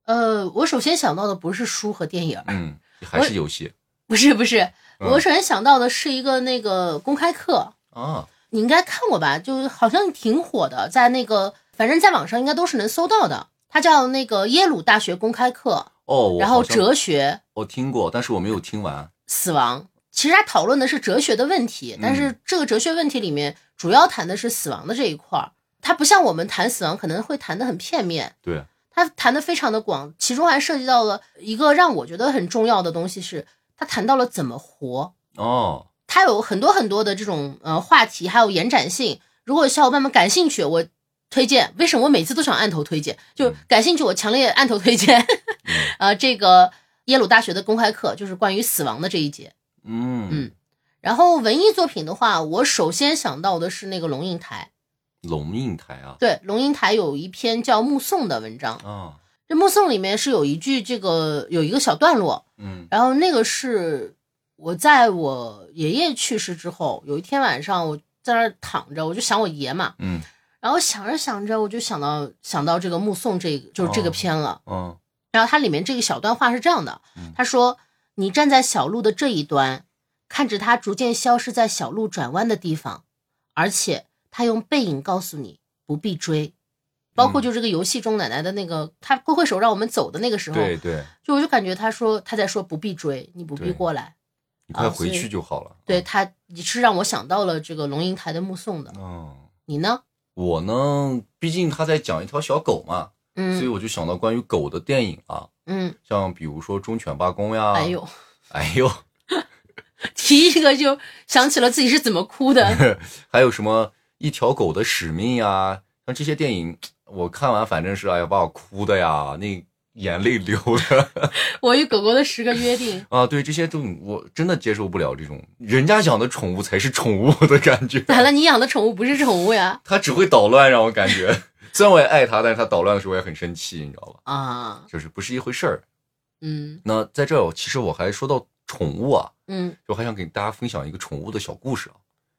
呃，我首先想到的不是书和电影儿，嗯，还是游戏不是不是，嗯我首先想到的是一个那个公开课，啊。你应该看过吧？就好像挺火的，在那个反正在网上应该都是能搜到的。它叫那个耶鲁大学公开课，哦，我然后好像哲学、我哦听过，但是我没有听完。死亡。其实它讨论的是哲学的问题，但嗯是这个哲学问题里面主要谈的是死亡的这一块儿。它不像我们谈死亡可能会谈的很片面，对，它谈的非常的广，其中还涉及到了一个让我觉得很重要的东西是，它谈到了怎么活。哦，它有很多很多的这种呃话题，还有延展性。如果小伙伴们感兴趣，我推荐。为什么我每次都想按头推荐？就感兴趣，我强烈按头推荐。 (laughs) 呃，这个耶鲁大学的公开课就是关于死亡的这一节。嗯嗯然后文艺作品的话，我首先想到的是那个龙应台。龙应台啊，对，龙应台有一篇叫《目送》的文章。啊，这《目送》里面是有一句这个有一个小段落，嗯然后那个是我在我爷爷去世之后，有一天晚上我在那儿躺着，我就想我爷嘛，嗯然后想着想着，我就想到想到这个目送这个就是这个哦片了。嗯然后它里面这个小段话是这样的嗯，他说：“你站在小路的这一端，看着它逐渐消失在小路转弯的地方，而且它用背影告诉你不必追。”包括嗯就这个游戏中奶奶的那个，她挥挥手让我们走的那个时候，对对，就我就感觉他说他在说不必追，你不必对过来。你快啊所回以去就好了。对他，你是让我想到了这个龙应台的目送的。嗯，你呢？我呢，毕竟他在讲一条小狗嘛，所以嗯我就想到关于狗的电影啊，嗯，像比如说《忠犬八公》呀，哎，呦， (laughs) 哎呦，提这个就想起了自己是怎么哭的。 (laughs) 还有什么《一条狗的使命》呀，像这些电影，我看完反正是哎呀把我哭的呀，那眼泪流的我与狗狗的十个约 (laughs) 定，啊，对这些都我真的接受不了这种人家养的宠物才是宠物的感觉， (laughs) 咋了？你养的宠物不是宠物呀？它只会捣乱，让我感觉， (laughs) 虽然我也爱它，但是它捣乱的时候我也很生气，你知道吧？啊，就是不是一回事儿。嗯那在这儿，其实我还说到宠物啊，嗯，就还想给大家分享一个宠物的小故事啊。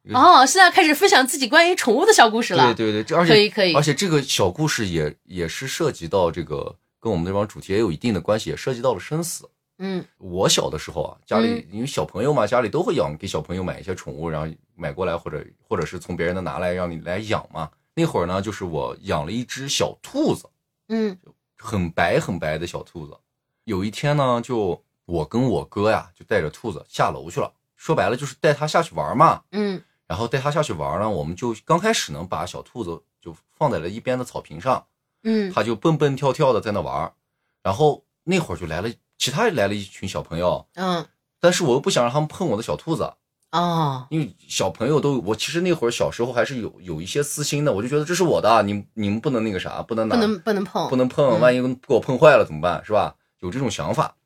对哦，现在开始分享自己关于宠物的小故事对了。对对，这而且可以可以而且这个小故事也也是涉及到这个跟我们这帮主题也有一定的关系，也涉及到了生死。嗯我小的时候啊，家里因为小朋友嘛，家里都会养，给小朋友买一些宠物，然后买过来或者或者是从别人的拿来让你来养嘛。那会儿呢，就是我养了一只小兔子，嗯很白很白的小兔子。有一天呢，就我跟我哥呀，就带着兔子下楼去了。说白了就是带它下去玩嘛。嗯然后带它下去玩呢，我们就刚开始呢，把小兔子就放在了一边的草坪上，嗯它就蹦蹦跳跳的在那玩。然后那会儿就来了，其他来了一群小朋友，嗯，但是我又不想让他们碰我的小兔子，哦，因为小朋友都，我其实那会儿小时候还是有有一些私心的，我就觉得这是我的，啊你你们不能那个啥，不能拿，不能不能碰，嗯不能碰，万一给我碰坏了怎么办？是吧？有这种想法。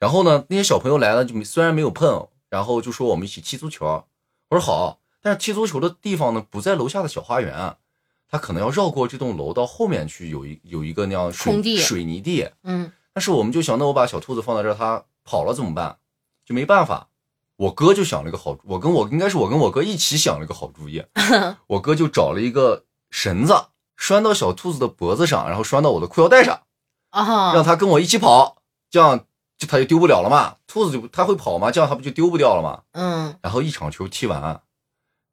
然后呢，那些小朋友来了，就没虽然没有碰，然后就说我们一起踢足球。我说好，但是踢足球的地方呢不在楼下的小花园，他可能要绕过这栋楼到后面去，有一有一个那样水空地水泥地。嗯但是我们就想，那我把小兔子放在这儿，它跑了怎么办？就没办法。我哥就想了一个好，我跟我应该是我跟我哥一起想了一个好主意。我哥就找了一个绳子拴到小兔子的脖子上，然后拴到我的裤腰带上，让哦，它跟我一起跑，这样就它就丢不了了嘛。兔子就它会跑嘛，这样它不就丢不掉了嘛？嗯然后一场球踢完，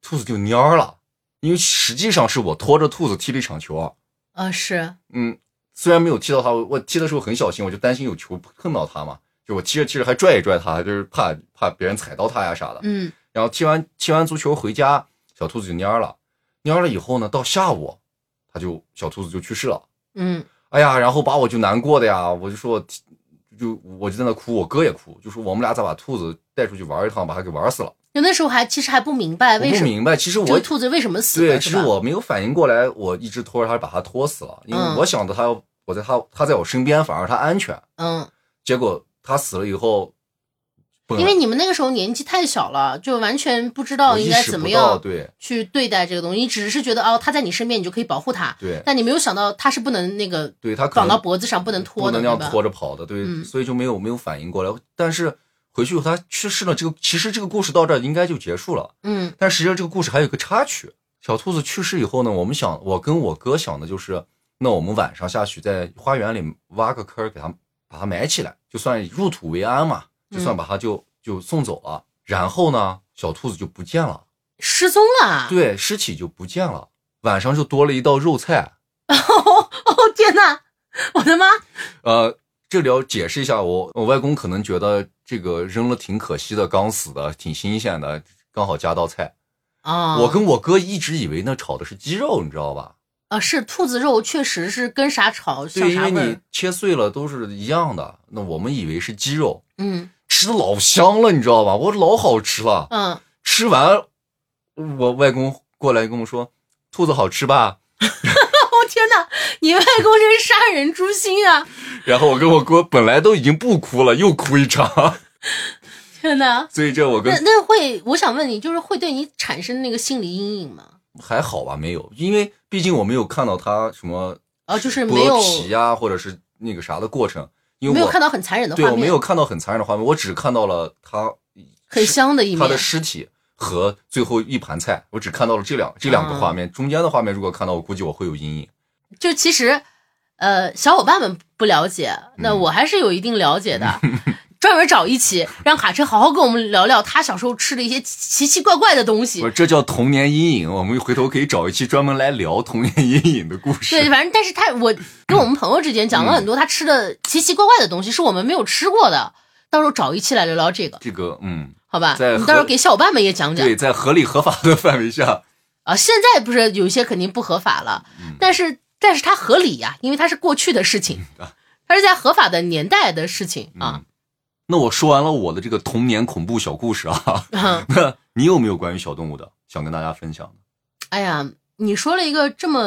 兔子就蔫儿了，因为实际上是我拖着兔子踢了一场球啊。啊是，嗯，虽然没有踢到他，我我踢的时候很小心，我就担心有球碰到他嘛，就我踢着踢着还拽一拽他，就是怕怕别人踩到他呀啥的。嗯然后踢完踢完足球回家，小兔子就蔫儿了，蔫儿了以后呢，到下午，他就小兔子就去世了。嗯哎呀，然后把我就难过的呀，我就说我踢，就我就在那哭，我哥也哭，就说我们俩咋把兔子带出去玩一趟，把它给玩死了。就那时候还其实还不明白哎我为不什么明白，其实这我个兔子为什么死对，的，是其实吧？我没有反应过来，我一直拖着它，把它拖死了，因为嗯我想着它要我在它它在我身边，反而它安全。嗯，结果它死了以后，本来因为你们那个时候年纪太小了，就完全不知道我哦应意该识怎不么到，样对去对待这个东西，你只是觉得哦，它在你身边，你就可以保护它，对但你没有想到它是不能那个对，它可绑到能脖子上，不能不拖的，能对那样吧？拖着跑的，对，嗯所以就没有没有反应过来。但是回去以后它去世了，这个其实这个故事到这儿应该就结束了。嗯但实际上这个故事还有一个插曲。小兔子去世以后呢，我们想，我跟我哥想的就是，那我们晚上下去在花园里挖个坑儿，给它把它埋起来，就算入土为安嘛，就嗯算把它就、就送走了。然后呢，小兔子就不见了，失踪了。对，尸体就不见了。晚上就多了一道肉菜。哦 (laughs) 哦天哪！我的妈！呃，这里要解释一下，我我外公可能觉得这个扔了挺可惜的，刚死的，挺新鲜的，刚好加道菜。啊、我跟我哥一直以为那炒的是鸡肉，你知道吧？啊是兔子肉，确实是跟啥炒像对，因啥为味你儿。切碎了都是一样的，那我们以为是鸡肉，嗯吃的老香了，你知道吧？我老好吃了。嗯，吃完，我外公过来跟我说：“兔子好吃吧哦天哪！你外公真是杀人诛心啊！？” (laughs) 然后我跟我哥本来都已经不哭了，又哭一场。 (laughs) 天哪！所以这我那跟那会，我想问你，就是会对你产生那个心理阴影吗？还好吧，没有，因为毕竟我没有看到他什么啊，就是没有剥皮啊，或者是那个啥的过程，因没为有我看到很残忍的对画我没面，有看到很残忍的画面，我只看到了他很香的一他面的。尸体和最后一盘菜，我只看到了这两这两个啊画面，中间的画面如果看到，我估计我会有阴影。就其实，呃，小伙伴们不了解，那嗯我还是有一定了解的。专门找一期，让卡车好好跟我们聊聊他小时候吃的一些奇奇怪怪的东西不。是，这叫童年阴影。我们回头可以找一期专门来聊童年阴影的故对，事。反正但是他我跟我们朋友之间讲了嗯很多他吃的奇奇怪怪的东西，是我们没有吃过的。到时候找一期来聊聊这个，这个，嗯，好吧？在你到时候和给小伙伴们也讲讲对，在合理合法的范围下，啊。现在不是有些肯定不合法了，嗯但是但是它合理呀、因为它是过去的事情，嗯啊它是在合法的年代的事情啊。那我说完了我的这个童年恐怖小故事啊，嗯那 (laughs) 你有没有关于小动物的想跟大家分享的？哎呀，你说了一个这么，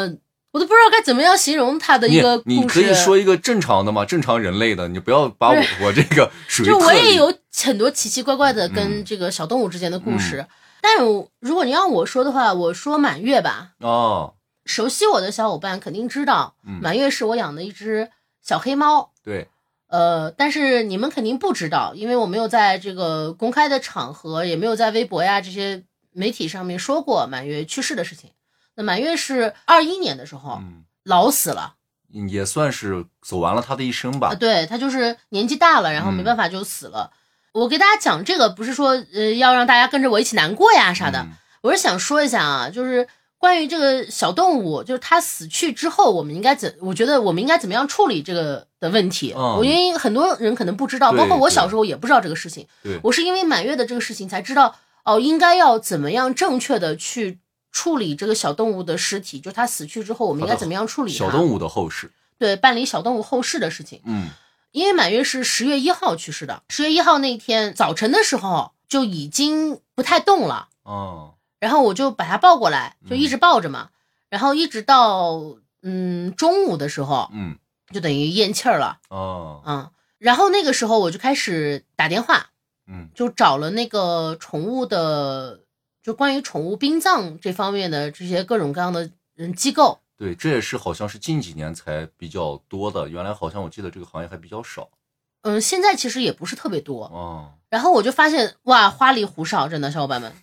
我都不知道该怎么样形容他的呃你一个故事。你可以说一个正常的嘛，正常人类的，你不要把我我这 (laughs) 个属于就我特例也有很多奇奇怪怪的跟嗯这个小动物之间的故事，但我如果你让我说的话，我说满月吧。哦，熟悉我的小伙伴肯定知道，嗯满月是我养的一只小黑猫。对，呃，但是你们肯定不知道，因为我没有在这个公开的场合，也没有在微博呀这些媒体上面说过满月去世的事情。那满月是二一年的时候、嗯，老死了，也算是走完了他的一生吧啊，。对他就是年纪大了，然后没嗯办法就死了。我给大家讲这个，不是说呃要让大家跟着我一起难过呀啥的，嗯我是想说一下啊，就是关于这个小动物，就是它死去之后，我们应该怎？我觉得我们应该怎么样处理这个的问题？嗯我因为很多人可能不知道，对包括我对小时候也不知道这个事情对。我是因为满月的这个事情才知道，哦，应该要怎么样正确的去处理这个小动物的尸体，就是它死去之后，我们应该怎么样处理它？小动物的后事。对办理小动物后事的事情。嗯因为满月是十月一号去世的，十月一号那天早晨的时候就已经不太动了，哦，然后我就把它抱过来，就一直抱着嘛，然后一直到嗯中午的时候，嗯就等于咽气儿了，哦，嗯，然后那个时候我就开始打电话，嗯就找了那个宠物的，就关于宠物殡葬这方面的这些各种各样的嗯机构，对，这也是好像是近几年才比较多的，原来好像我记得这个行业还比较少。嗯，现在其实也不是特别多，哦，然后我就发现，哇，花里胡哨，真的，小伙伴们，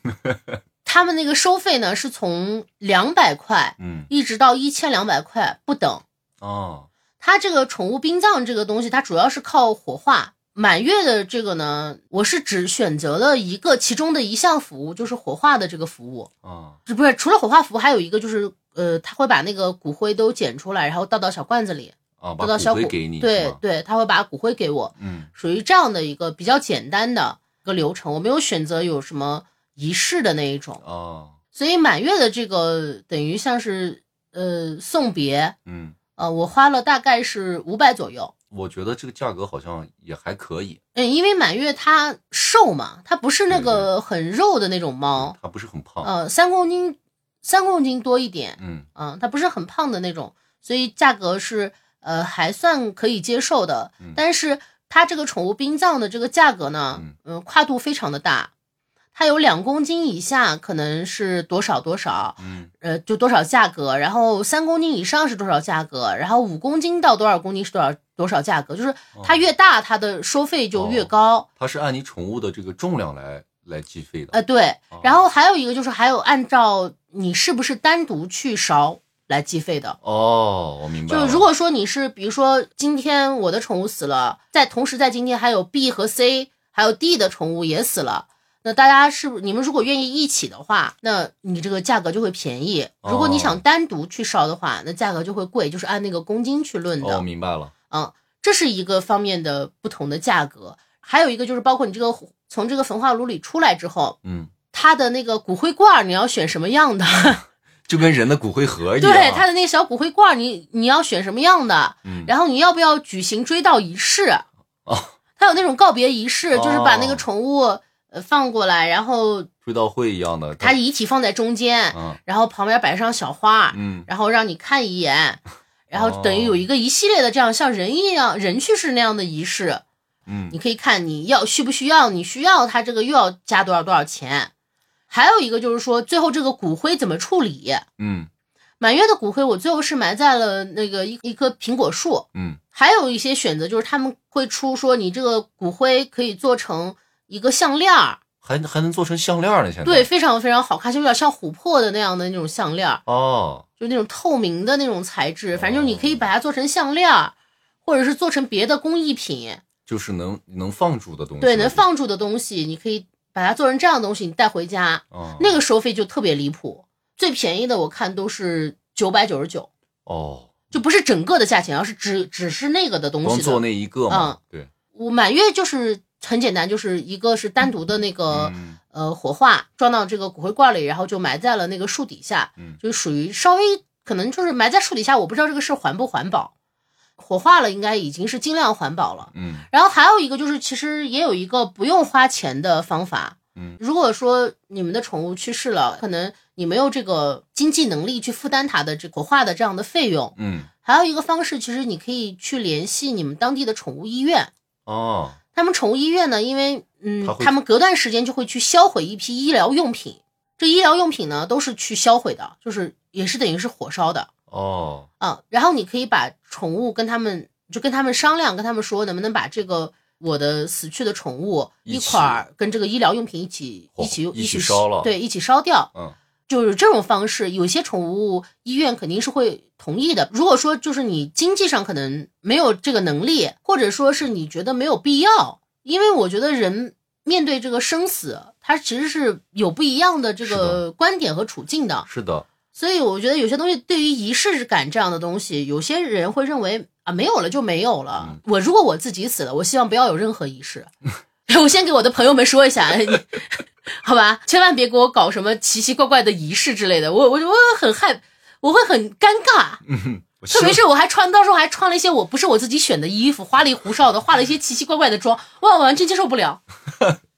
他们那个收费呢是从两百块嗯一直到一千两百块不等。哦，它这个宠物殡葬这个东西，它主要是靠火化。满月的这个呢，我是只选择了一个其中的一项服务，就是火化的这个服务。哦，这不是除了火化服务，还有一个就是，呃，他会把那个骨灰都捡出来，然后倒到小罐子里，啊，倒到把小骨骨灰给你，是对吗对，他会把骨灰给我。嗯属于这样的一个比较简单的一个流程，我没有选择有什么仪式的那一种，哦，所以满月的这个等于像是呃送别，嗯呃，我花了大概是五百左右，我觉得这个价格好像也还可以，嗯，因为满月它瘦嘛，它不是那个很肉的那种猫，它不是很胖。呃，三公斤三公斤多一点，嗯，嗯，它不是很胖的那种，所以价格是呃还算可以接受的。嗯但是它这个宠物殡葬的这个价格呢，嗯嗯、跨度非常的大，它有两公斤以下可能是多少多少，嗯呃，就多少价格，然后三公斤以上是多少价格，然后五公斤到多少公斤是多少多少价格，就是它越大，它的收费就越哦高。它是按你宠物的这个重量来来计费的。呃，对哦，然后还有一个就是还有按照你是不是单独去烧来计费的。哦，我明白就了。是如果说你是，比如说今天我的宠物死了，在同时在今天还有 B 和 C 还有 D 的宠物也死了，那大家是不你们如果愿意一起的话，那你这个价格就会便宜。哦如果你想单独去烧的话，那价格就会贵，就是按那个公斤去论哦，的。明白了。嗯，这是一个方面的不同的价格，还有一个就是包括你这个从这个焚化炉里出来之后，嗯，它的那个骨灰罐儿你要选什么样 (laughs) 的？哎就跟人的骨灰盒一样。啊对，它的那个小骨灰罐儿你你要选什么样的？嗯然后你要不要举行追悼仪式？哦，它有那种告别仪式，就是把那哦个宠物呃放过来，然后追悼会一样的。它遗体放在中间，嗯然后旁边摆上小花儿，嗯然后让你看一眼，然后等于哦有一个一系列的这样像人一样人去世那样的仪式，嗯你可以看你要需不需要，你需要它这个又要加多少多少钱。还有一个就是说，最后这个骨灰怎么处理？嗯满月的骨灰，我最后是埋在了那个一一棵苹果树。嗯还有一些选择就是他们会出说，你这个骨灰可以做成一个项链儿，还还能做成项链呢，现在。对，。非常非常好看，就有点像琥珀的那样的那种项链儿，哦，就那种透明的那种材质，反正哦你可以把它做成项链儿，或者是做成别的工艺品，就是能能放住的东西。对，能。放住的东西，你可以把它做成这样的东西，你带回家，哦。那个收费就特别离谱，最便宜的我看都是九百九十九。哦，就不是整个的价钱，而是只只是那个的东光西做的。嗯那一个嘛。对。我满月就是很简单，就是一个是单独的那个、嗯呃火化装到这个骨灰罐里，然后就埋在了那个树底下，嗯就属于稍微可能就是埋在树底下，我不知道这个事儿环不环保。火化了应该已经是尽量环保了。嗯然后还有一个就是，其实也有一个不用花钱的方法。嗯，如果说你们的宠物去世了，可能你没有这个经济能力去负担它的这火化的这样的费用，嗯。还有一个方式，其实你可以去联系你们当地的宠物医院。哦，他们宠物医院呢，因为嗯它，会他们隔段时间就会去销毁一批医疗用品。这医疗用品呢，都是去销毁的，就是也是等于是火烧的哦，啊。然后你可以把宠物跟他们就跟他们商量，跟他们说能不能把这个我的死去的宠物一一起块儿跟这个医疗用品一起火一起一起起烧了对，一起烧掉。嗯，就是这种方式，有些宠物医院肯定是会同意的。如果说就是你经济上可能没有这个能力，或者说是你觉得没有必要，因为我觉得人面对这个生死，他其实是有不一样的这是的个观点和处境的。是的，所以我觉得有些东西对于仪式感这样的东西，有些人会认为啊，没有了就没有了。嗯我如果我自己死了，我希望不要有任何仪式。 (laughs) 我先给我的朋友们说一下， (laughs) 你好吧，千万别给我搞什么奇奇怪怪的仪式之类的，我我我很害，我会很尴尬。嗯，我希特别望是我还穿，到时候还穿了一些我不是我自己选的衣服，花里胡哨的，化了一些奇奇怪怪的妆，哇，我完全接受不 (laughs) 了。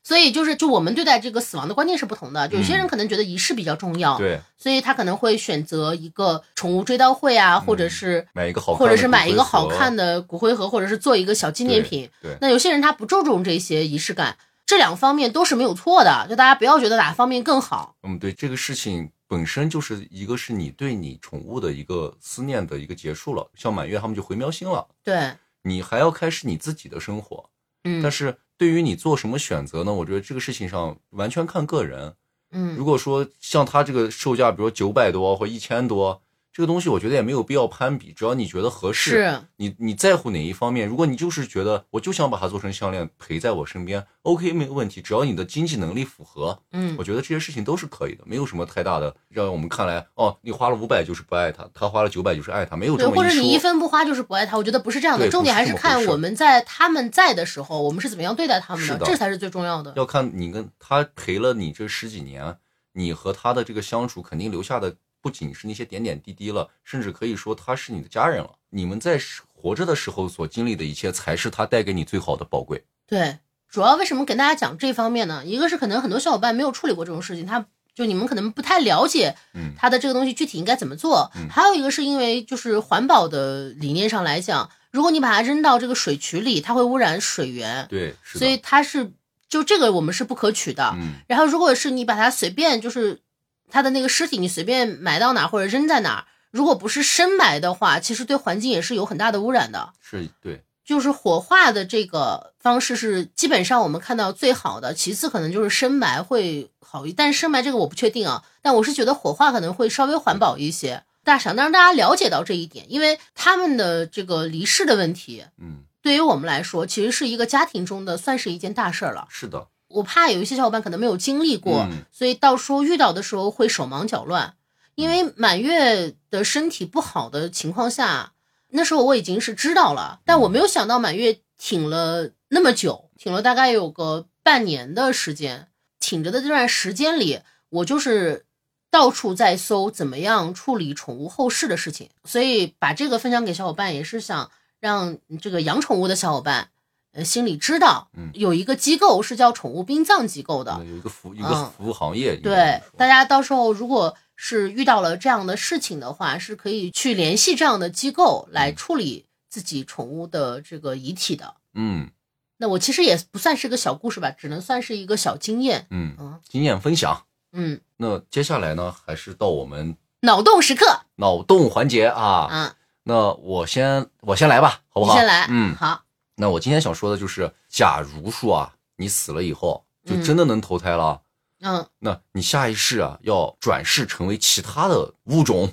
所以就是，就我们对待这个死亡的观念是不同的。有些人可能觉得仪式比较重要，嗯对，所以他可能会选择一个宠物追悼会啊，或者是买一个嗯好看的或者是买一个好骨灰盒看的骨灰盒，或者是做一个小纪念品。对，那有些人他不注重这些仪式感，这两方面都是没有错的，就大家不要觉得哪方面更好。嗯，对，这个事情本身就是一个是你对你宠物的一个思念的一个结束了，像满月他们就回喵星了，对，你还要开始你自己的生活。但嗯是对于你做什么选择呢？我觉得这个事情上完全看个人。嗯如果说像他这个售价，比如九百多或一千多，这个东西我觉得也没有必要攀比，只要你觉得合适，是你你在乎哪一方面？如果你就是觉得我就想把它做成项链陪在我身边，OK 没有问题，只要你的经济能力符合，嗯我觉得这些事情都是可以的，没有什么太大的让我们看来哦，你花了五百就是不爱他，他花了九百就是爱他，没有对，这么或者你一一说。分不花就是不爱他，我觉得不是这样的。对重点不是还这是么看回事我们在他们在的时候，我们是怎么样对待他们是的，的这才是最重要的。要看你跟他陪了你这十几年，你和他的这个相处，肯定留下的不仅是那些点点滴滴了，甚至可以说他是你的家人了。你们在活着的时候所经历的一切，才是它带给你最好的宝贵。对，主要为什么给大家讲这方面呢？一个是可能很多小伙伴没有处理过这种事情，他就你们可能不太了解嗯，它的这个东西具体应该怎么做。还有一个是因为就是环保的理念上来讲，如果你把它扔到这个水渠里，它会污染水源，对，是的。所以它是就这个我们是不可取的。嗯，然后如果是你把它随便就是它的那个尸体，你随便埋到哪儿或者扔在哪儿，如果不是深埋的话，其实对环境也是有很大的污染的。是对，就是火化的这个方式是基本上我们看到最好的，其次可能就是深埋会好一，但是深埋这个我不确定啊，但我是觉得火化可能会稍微环保一些。大想让大家了解到这一点，因为他们的这个离世的问题，嗯，对于我们来说其实是一个家庭中的算是一件大事儿了。是的，我怕有一些小伙伴可能没有经历过，嗯所以到时候遇到的时候会手忙脚乱。因为满月的身体不好的情况下，那时候我已经是知道了，但我没有想到满月挺了那么久，挺了大概有个半年的时间。挺着的这段时间里，我就是到处在搜怎么样处理宠物后事的事情，所以把这个分享给小伙伴，也是想让这个养宠物的小伙伴，呃，心里知道，嗯有一个机构是叫宠物殡葬机构的，有一个服一嗯个服务行业，应该对这么，说大家到时候如果是遇到了这样的事情的话，是可以去联系这样的机构来处理自己宠物的这个遗体的。嗯那我其实也不算是个小故事吧，只能算是一个小经验。嗯嗯，经验分享。嗯，那接下来呢，还是到我们脑洞时刻脑洞环节啊。啊，那我先我先来吧，好不你好？先来。嗯，好，那我今天想说的就是，假如说啊，你死了以后，就嗯真的能投胎了啊。嗯那你下一世啊，要转世成为其他的物种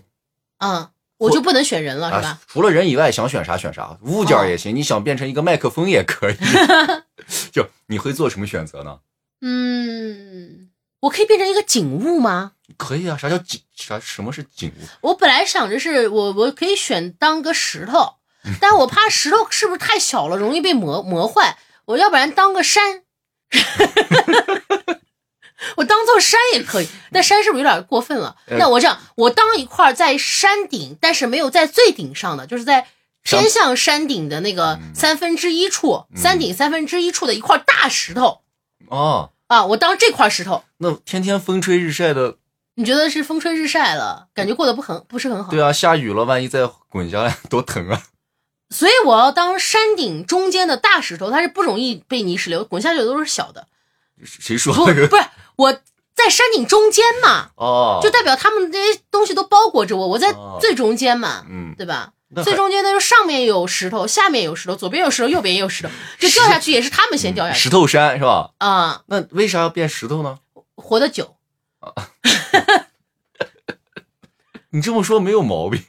嗯，我就不能选人了哦是啊吧？，哦除了人以外，想选啥选啥，物件儿也行，你想变成一个麦克风 (laughs) 也可以。就你会做什么选择呢？嗯，我可以变成一个景物吗？可以啊，啥叫景？啥什么是景物？我本来想着是我我可以选当个石头，但我怕石头是不是太小了，容易被磨磨坏。我要不然当个山， (laughs) 我当做山也可以，但山是不是有点过分了？呃那我这样，我当一块在山顶，但是没有在最顶上的，就是在偏向山顶的那个三分之一处，山顶三分之一处的一块大石头啊，啊，我当这块石头。那天天风吹日晒的，你觉得是风吹日晒了，感觉过得不很不是很好？对啊，下雨了，万一再滚下来 (laughs) 多疼啊！所以我要当山顶中间的大石头，它是不容易被泥石流滚下去的，都是小 (laughs) 的。谁说不，哦那个？不是我在山顶中间嘛，哦，就代表他们这些东西都包裹着我，我在哦最中间嘛，嗯，对吧？那最还中间的就是上面有石头，下面有石头，左边有石头，右边也有石头，就掉下去也是他们先掉下去石头山是吧？啊、那为啥要变石头呢？活得久。你这么说没有毛病，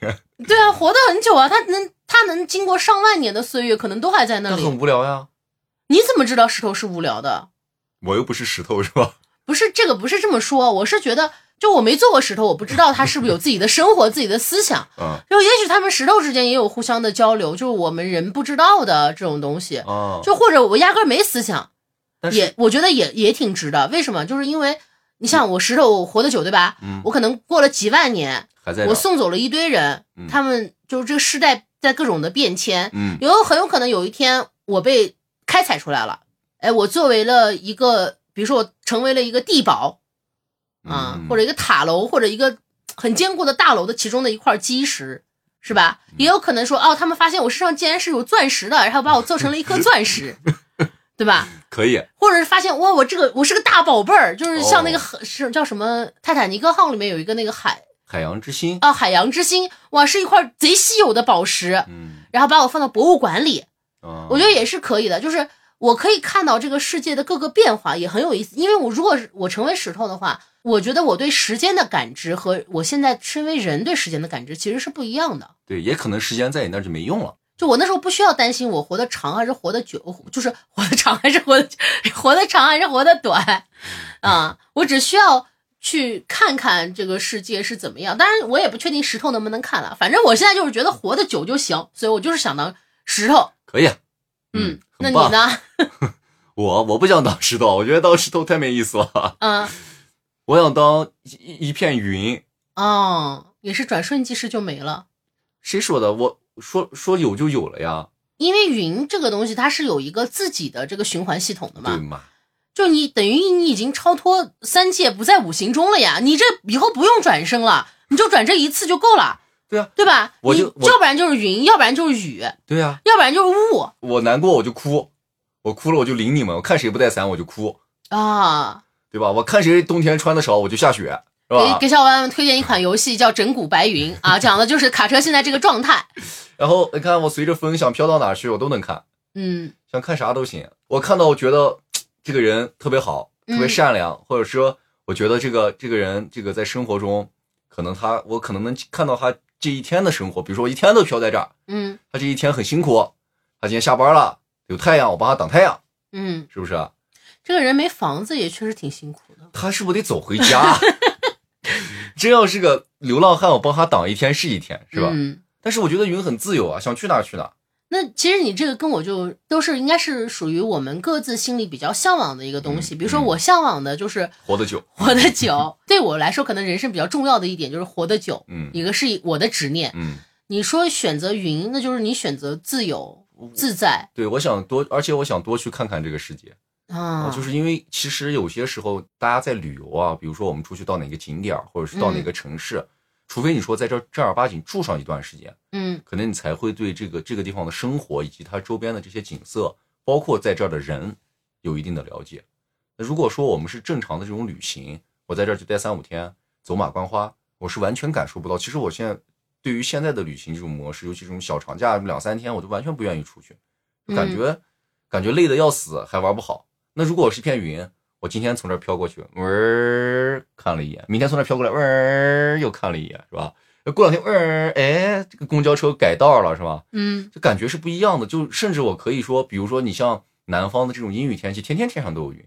对啊，活得很久啊，它能它能经过上万年的岁月，可能都还在那 (laughs) 那里。很无聊呀。你怎么知道石头是无聊的？我又不是石头是 (laughs) 吧？不是这个，不是这么说，我是觉得，就我没做过石头，我不知道他是不是有自己的生活、自己的思想。嗯就也许他们石头之间也有互相的交流，就是我们人不知道的这种东西。啊，就或者我压根儿没思想，但是也我觉得也也挺值的。为什么？就是因为你像我石头，我活得久，对吧？嗯我可能过了几万年，还在我聊送走了一堆人，嗯他们就是这个世代在各种的变迁，嗯有很有可能有一天我被开采出来了，哎，我作为了一个，比如说我成为了一个地堡啊，嗯或者一个塔楼，或者一个很坚固的大楼的其中的一块基石，是吧？也有可能说，哦，他们发现我身上竟然是有钻石的，然后把我做成了一颗钻 (laughs) 石，对吧？可以或者是发现哇，我这个我是个大宝贝儿，就是像那个哦很是叫什么《泰坦尼克号》里面有一个那个海海洋之心，啊海洋之心，哇，是一块贼稀有的宝石，嗯然后把我放到博物馆里，啊，我觉得也是可以的，就是我可以看到这个世界的各个变化，也很有意思。因为我如果是我成为石头的话，我觉得我对时间的感知和我现在身为人对时间的感知其实是不一样的。对，也可能时间在你那儿就没用了。就我那时候不需要担心我活得长还是活得久，就是 (laughs) 活得长还是活得活得长还是活得短，啊，我只需要去看看这个世界是怎么样。当然，我也不确定石头能不能看了，反正我现在就是觉得活得久就行，所以我就是想当石头。可以，嗯，那很你棒。 (laughs) 呢？我我不想当石头，我觉得当石头太没意思了。嗯。我想当一一一片云。哦，也是转瞬即逝就没了。谁说的？我说说有就有了呀，因为云这个东西它是有一个自己的这个循环系统的对嘛，嘛？就你等于你已经超脱三界，不在五行中了呀，你这以后不用转生了，你就转这一次就够了，对啊，对吧？我就你我要不然就是云，要不然就是雨，对呀、要不然就是雾我难过我就哭，我哭了我就淋你们，我看谁不带伞我就哭，啊。对吧？我看谁冬天穿的少我就下雪，是给吧？给小伙伴们推荐一款游戏叫《整蛊白云》啊，讲的就是卡车现在这个状态。然后你看我随着风想飘到哪儿去我都能看，嗯，想看啥都行。我看到我觉得这个人特别好，嗯特别善良，或者说我觉得这个这个人这个在生活中，可能他我可能能看到他这一天的生活，比如说我一天都飘在这儿，嗯他这一天很辛苦，他今天下班了，有太阳我帮他挡太阳，嗯，是不是？这个人没房子也确实挺辛苦的。他是不是得走回家？ (laughs) 真要是个流浪汉，我帮他挡一天是一天，是吧？嗯，但是我觉得云很自由啊，想去哪儿去哪儿。那其实你这个跟我就都是应该是属于我们各自心里比较向往的一个东西。嗯比如说我向往的就是活得久，活得久，对我来说可能人生比较重要的一点就是活得久，嗯一个是我的执念。嗯，你说选择云，那就是你选择自由自在对，我想多，而且我想多去看看这个世界。啊，啊，就是因为其实有些时候大家在旅游啊，比如说我们出去到哪个景点儿，或者是到哪嗯个城市，除非你说在这儿正儿八经住上一段时间，嗯可能你才会对这个这个地方的生活以及它周边的这些景色，包括在这儿的人有一定的了解。那如果说我们是正常的这种旅行，我在这儿就待三五天，走马观花，我是完全感受不到。其实我现在对于现在的旅行这种模式，尤其这种小长假两三天，我就完全不愿意出去，就感觉、感觉累得要死，还玩不好。那如果我是一片云，我今天从这儿飘过去，嗡、儿看了一眼，明天从这儿飘过来，嗡、儿又看了一眼，是吧？过两天，嗡、儿哎，这个公交车改道了，是吧？嗯这感觉是不一样的。就甚至我可以说，比如说你像南方的这种阴雨天气，天天天上都有云，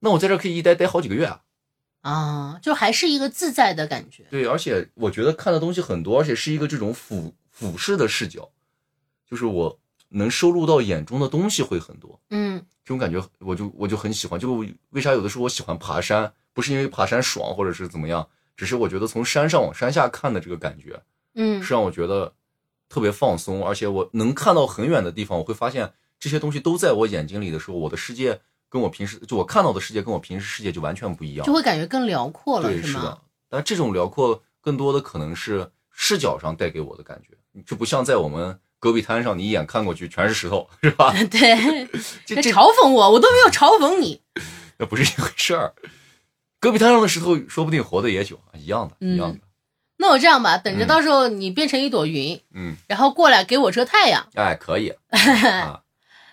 那我在这儿可以一待待好几个月啊。啊，就还是一个自在的感觉。对，而且我觉得看的东西很多，而且是一个这种俯俯视的视角，就是我能收录到眼中的东西会很多。嗯这种感觉我就我就很喜欢。就为啥有的时候我喜欢爬山，不是因为爬山爽或者是怎么样，只是我觉得从山上往山下看的这个感觉嗯是让我觉得特别放松，而且我能看到很远的地方，我会发现这些东西都在我眼睛里的时候，我的世界跟我平时就我看到的世界跟我平时世界就完全不一样就。会感觉更辽阔了，对，是吗？的。但这种辽阔更多的可能是视角上带给我的感觉，这不像在我们戈壁滩上，你一眼看过去全是石头，是吧？ (laughs) (laughs) 对，这还这嘲讽我，我都没有嘲讽你。那不是一回事儿。戈壁滩上的石头，说不定活得也久，啊一样的，嗯一样的。那我这样吧，等着嗯到时候你变成一朵云，嗯，然后过来给我遮太阳。哎，可以 (laughs) 啊，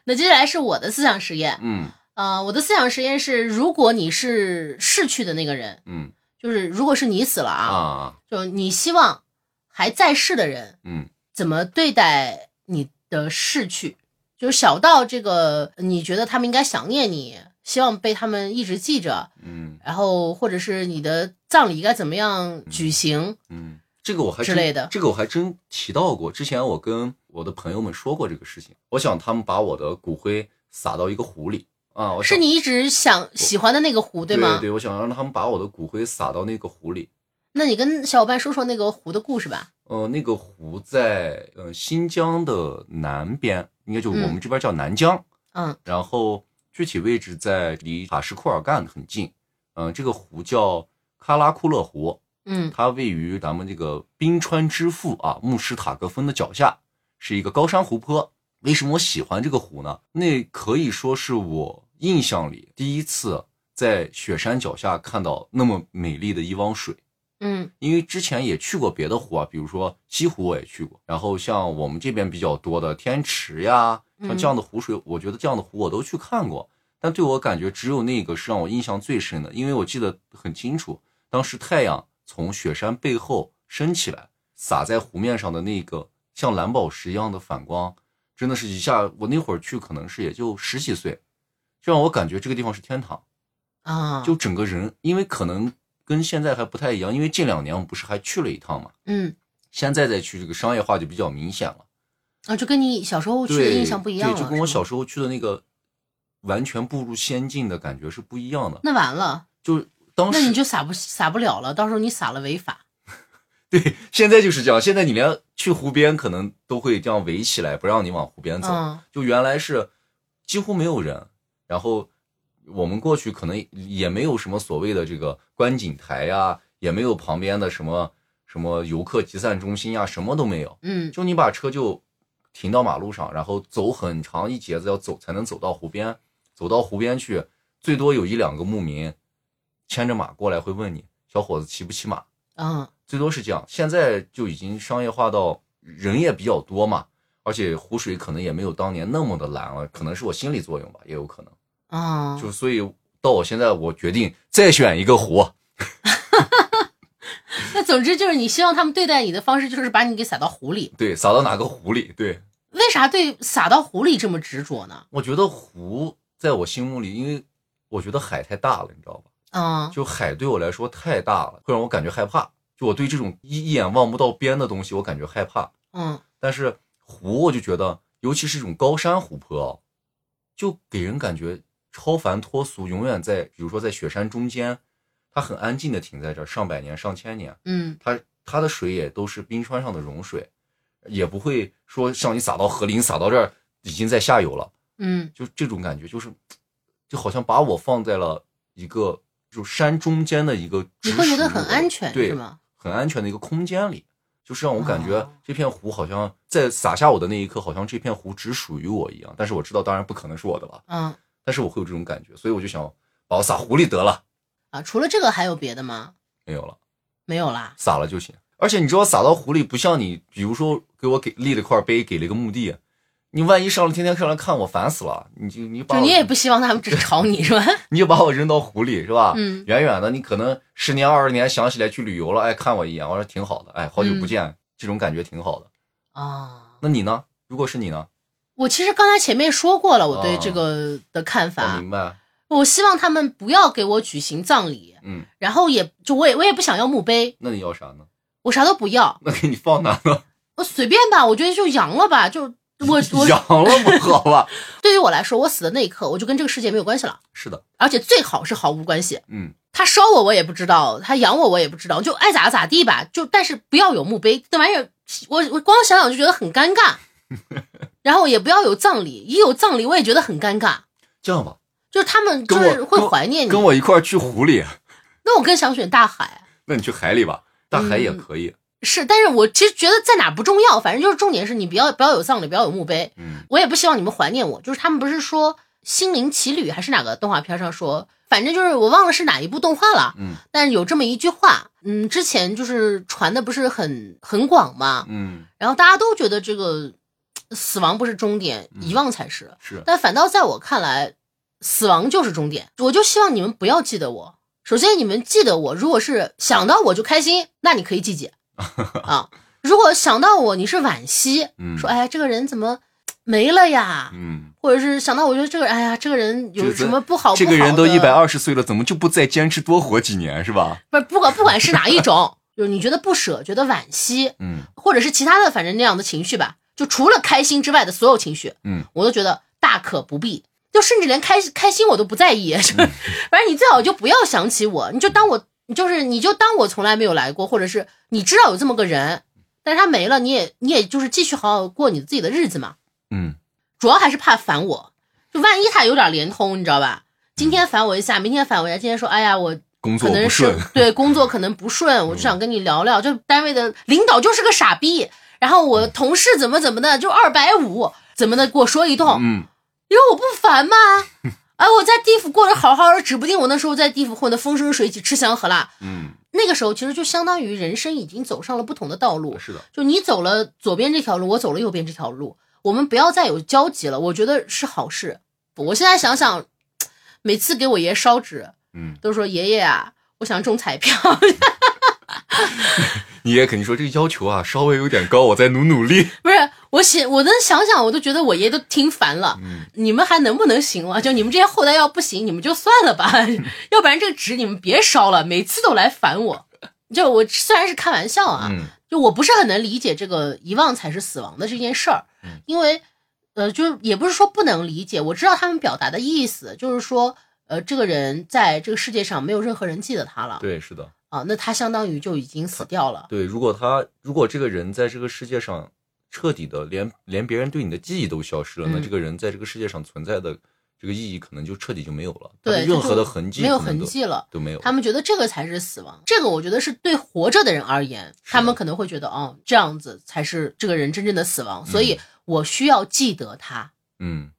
那接下来是我的思想实验，嗯呃，我的思想实验是，如果你是逝去的那个人，嗯就是如果是你死了啊，啊，就你希望还在世的人嗯怎么对待你的逝去，就是小到这个你觉得他们应该想念你，希望被他们一直记着，嗯然后或者是你的葬礼该怎么样举行，嗯，这个我还之真类的这个我还真提到过。之前我跟我的朋友们说过这个事情，我想他们把我的骨灰撒到一个湖里啊，我是想你一直想喜欢的那个湖，对吗？对，我想让他们把我的骨灰撒到那个湖里。那你跟小伙伴说说那个湖的故事吧。呃，那个湖在呃新疆的南边，应该就我们这边叫南疆。嗯然后具体位置在离塔什库尔干很近，嗯、这个湖叫喀拉库勒湖，嗯它位于咱们这个冰川之父啊慕斯塔格峰的脚下，是一个高山湖泊。为什么我喜欢这个湖呢？那可以说是我印象里第一次在雪山脚下看到那么美丽的一汪水。嗯因为之前也去过别的湖啊，比如说西湖我也去过，然后像我们这边比较多的天池呀，像这样的湖水，我觉得这样的湖我都去看过，但对我感觉只有那个是让我印象最深的，因为我记得很清楚，当时太阳从雪山背后升起来，洒在湖面上的那个像蓝宝石一样的反光，真的是一下，我那会儿去可能是也就十几岁，就让我感觉这个地方是天堂。啊，就整个人，因为可能跟现在还不太一样，因为近两年我们不是还去了一趟嘛，嗯现在再去这个商业化就比较明显了，啊，就跟你小时候去的对，印象不一样了。对，就跟我是吗小时候去的那个完全步入仙境的感觉是不一样的。那完了，就是当那你时就撒不撒不了了，到时候你撒了违法。对，现在就是这样。现在你连去湖边可能都会这样围起来，不让你往湖边走。嗯就原来是几乎没有人，然后我们过去可能也没有什么所谓的这个观景台呀、也没有旁边的什么什么游客集散中心呀、什么都没有。嗯就你把车就停到马路上，然后走很长一截子，要走才能走到湖边。走到湖边去，最多有一两个牧民牵着马过来，会问你小伙子骑不骑马。嗯最多是这样。现在就已经商业化到人也比较多嘛，而且湖水可能也没有当年那么的蓝了，可能是我心理作用吧，也有可能。嗯，就所以到我现在，我决定再选一个湖。那总之就是你希望他们对待你的方式就是把你给撒到湖里，对，撒到哪个湖里？对，为啥对撒到湖里这么执着呢？我觉得湖在我心目里，因为我觉得海太大了，你知道吧？嗯就海对我来说太大了，会让我感觉害怕。就我对这种一一眼望不到边的东西，我感觉害怕。嗯但是湖我就觉得，尤其是这种高山湖泊哦，就给人感觉超凡脱俗，永远在，比如说在雪山中间，它很安静的停在这儿，上百年、上千年，嗯它它的水也都是冰川上的融水，也不会说像你撒到河里，你撒到这儿已经在下游了，嗯就这种感觉，就是就好像把我放在了一个就山中间的一个，你会觉得很安全对是吗？很安全的一个空间里，就是让我感觉哦这片湖好像在洒下我的那一刻，好像这片湖只属于我一样。但是我知道，当然不可能是我的了，嗯但是我会有这种感觉，所以我就想把我撒湖里得了，啊，除了这个还有别的吗？没有了，没有啦。撒了就行。而且你知道，撒到湖里不像你，比如说给我给立了块碑，给了一个墓地，你万一上了天天上来看我，烦死了。你就你把就我你也不希望他们只吵你 (laughs) 是吧？你就把我扔到湖里是吧？嗯远远的，你可能十年二十年想起来去旅游了，哎，看我一眼，我说挺好的，哎，好久不嗯见，这种感觉挺好的。啊，那你呢？如果是你呢？我其实刚才前面说过了，我对这哦个的看我法。明白。我希望他们不要给我举行葬礼，嗯，然后也就我也我也不想要墓碑，那你要啥呢？我啥都不要，那给你放哪呢？我随便吧，我觉得就扬了吧， (laughs) 就我我养了不好吧？对于我来说，我死的那一刻，我就跟这个世界没有关系了，是的，而且最好是毫无关系。嗯，他烧我我也不知道，他养我我也不知道，就爱咋咋地吧，就但是不要有墓碑，这玩意儿我我光想想就觉得很尴 (laughs) 尬，然后也不要有葬礼，一有葬礼我也觉得很尴尬，这样吧，就是他们就跟是我会跟我怀念你。跟我一块儿去湖里，那我更想选大海，那你去海里吧，大海也可以。是，但是我其实觉得在哪不重要，反正就是重点是你不要不要有葬礼，不要有墓碑，嗯我也不希望你们怀念我。就是他们不是说《心灵奇旅》还是哪个动画片上说，反正就是我忘了是哪一部动画了，嗯但是有这么一句话，嗯，之前就是传的不是很很广嘛，嗯，然后大家都觉得这个嘖死亡不是终点，嗯遗忘才是。是但反倒在我看来，死亡就是终点。我就希望你们不要记得我。首先，你们记得我，如果是想到我就开心，那你可以记记啊。如果想到我，你是惋惜，嗯说哎呀，这个人怎么嘖没了呀？嗯，或者是想到我觉得这个人，哎呀，这个人有就是什么不好不好这的？个人都一百二十岁了，怎么就不再坚持多活几年是吧？不是不管不管是哪一种，就是你觉得不舍，觉得惋惜，嗯或者是其他的，反正那样的情绪吧，就除了开心之外的所有情绪，嗯，我都觉得大可不必，就甚至连开开心我都不在意，嗯就是反正你最好就不要想起我，你就当我，你就是你就当我从来没有来过，或者是你知道有这么个人，但是他没了，你也你也就是继续好好过你自己的日子嘛，嗯，主要还是怕烦我，就万一他有点连通，你知道吧？今天烦我一下，明天烦我一下，今天说哎呀我工可作能不是顺，嗯对工作可能不顺，我就想跟你聊聊，就单位的领导就是个傻逼，然后嗯我同事怎么怎么的，就二百五怎么的给我说一通，嗯，你说我不烦吗？ (laughs) 哎，我在地府过得好好的，指不定我那时候在地府混得风生水起，吃香喝辣。嗯，那个时候其实就相当于人生已经走上了不同的道路，是的，就你走了左边这条路，我走了右边这条路，我们不要再有交集了，我觉得是好事。我现在想想，每次给我爷烧纸，嗯，都说爷爷啊，我想中彩票， (laughs) 你也肯定说这个要求啊稍微有点高，我再努努力。不是我写，我能想想我都觉得我爷都听烦了。嗯你们还能不能行啊了？就你们这些后代要不行，你们就算了 (laughs) 吧，要不然这个纸你们别烧了，每次都来烦我。就我虽然是开玩笑啊，嗯就我不是很能理解这个遗忘才是死亡的这件事儿嗯，因为呃，就是也不是说不能理解，我知道他们表达的意思，就是说呃，这个人在这个世界上没有任何人记得他了， (laughs) 对，是的，啊，那它相当于就已经死掉了。对，如果他如果这个人在这个世界上彻底的连连别人对你的记忆都消失了，那嗯这个人在这个世界上存在的这个意义可能就彻底就没有了，他对的这任就何的痕迹没有可能痕都迹了。都没有。他们觉得这个才是死亡，这个我觉得是对活着的人而言，他们可能会觉得，哦，这样子才是这个人真正的死亡，所以我需要记得他。嗯，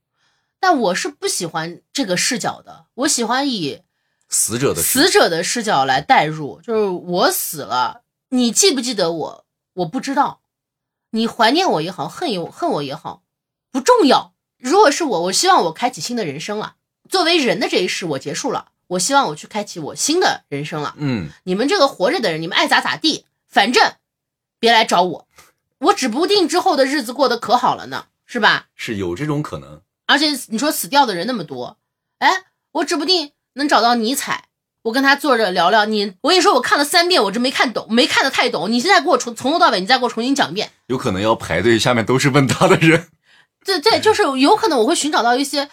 但我是不喜欢这个视角的，我喜欢以死者的事死者的视角来代入，就是我死了，你记不记得我？我不知道，你怀念我也好，恨有恨我也好，不重要。如果是我，我希望我开启新的人生了。作为人的这一世我结束了，我希望我去开启我新的人生了。嗯，你们这个活着的人，你们爱咋咋地，反正别来找我，我指不定之后的日子过得可好了呢，是吧？是有这种可能。而且你说死掉的人那么多，哎，我指不定能找到尼采，我跟他坐着聊聊。你，我跟你说，我看了三遍，我这没看懂，没看得太懂。你现在给我重从头到尾，你再给我重新讲一遍。有可能要排队，下面都是问他的人。对对，就是有可能我会寻找到一些，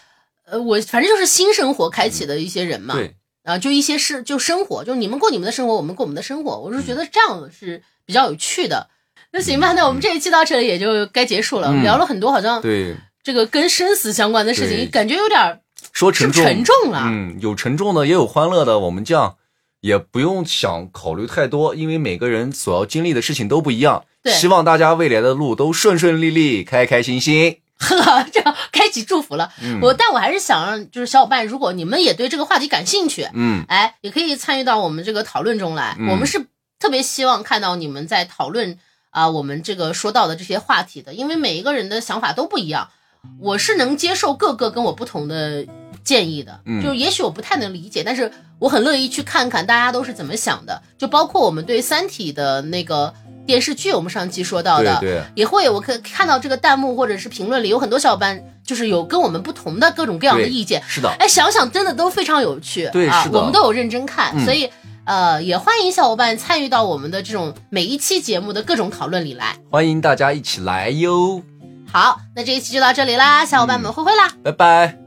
呃，我反正就是新生活开启的一些人嘛。对，啊，就一些事，就生活，就是你们过你们的生活，我们过我们的生活，我是觉得这嗯样是比较有趣的。那行吧，那我们这一期到这里也就该结束了。嗯聊了很多，好像对，这个跟生死相关的事对情，感觉有点儿说是沉不重，是沉重了。啊嗯，有沉重的，也有欢乐的。我们这样也不用想考虑太多，因为每个人所要经历的事情都不一样。对希望大家未来的路都顺顺利利，开开心心。 (laughs) 这样开启祝福了。嗯我但我还是想让就是小伙伴，如果你们也对这个话题感兴趣，嗯，哎，也可以参与到我们这个讨论中来。嗯我们是特别希望看到你们在讨论啊、我们这个说到的这些话题的，因为每一个人的想法都不一样。我是能接受各个跟我不同的建议的，嗯就也许我不太能理解，但是我很乐意去看看大家都是怎么想的。就包括我们对《三体》的那个电视剧，我们上期说到的对，对，也会，我可看到这个弹幕或者是评论里有很多小伙伴，就是有跟我们不同的各种各样的对意见。是的，哎，想想真的都非常有趣，对啊是，的我们都有认真看，嗯所以呃，也欢迎小伙伴参与到我们的这种每一期节目的各种讨论里来。欢迎大家一起来哟，嗯好，那这一期就到这里啦，小伙伴们，挥挥啦。拜拜。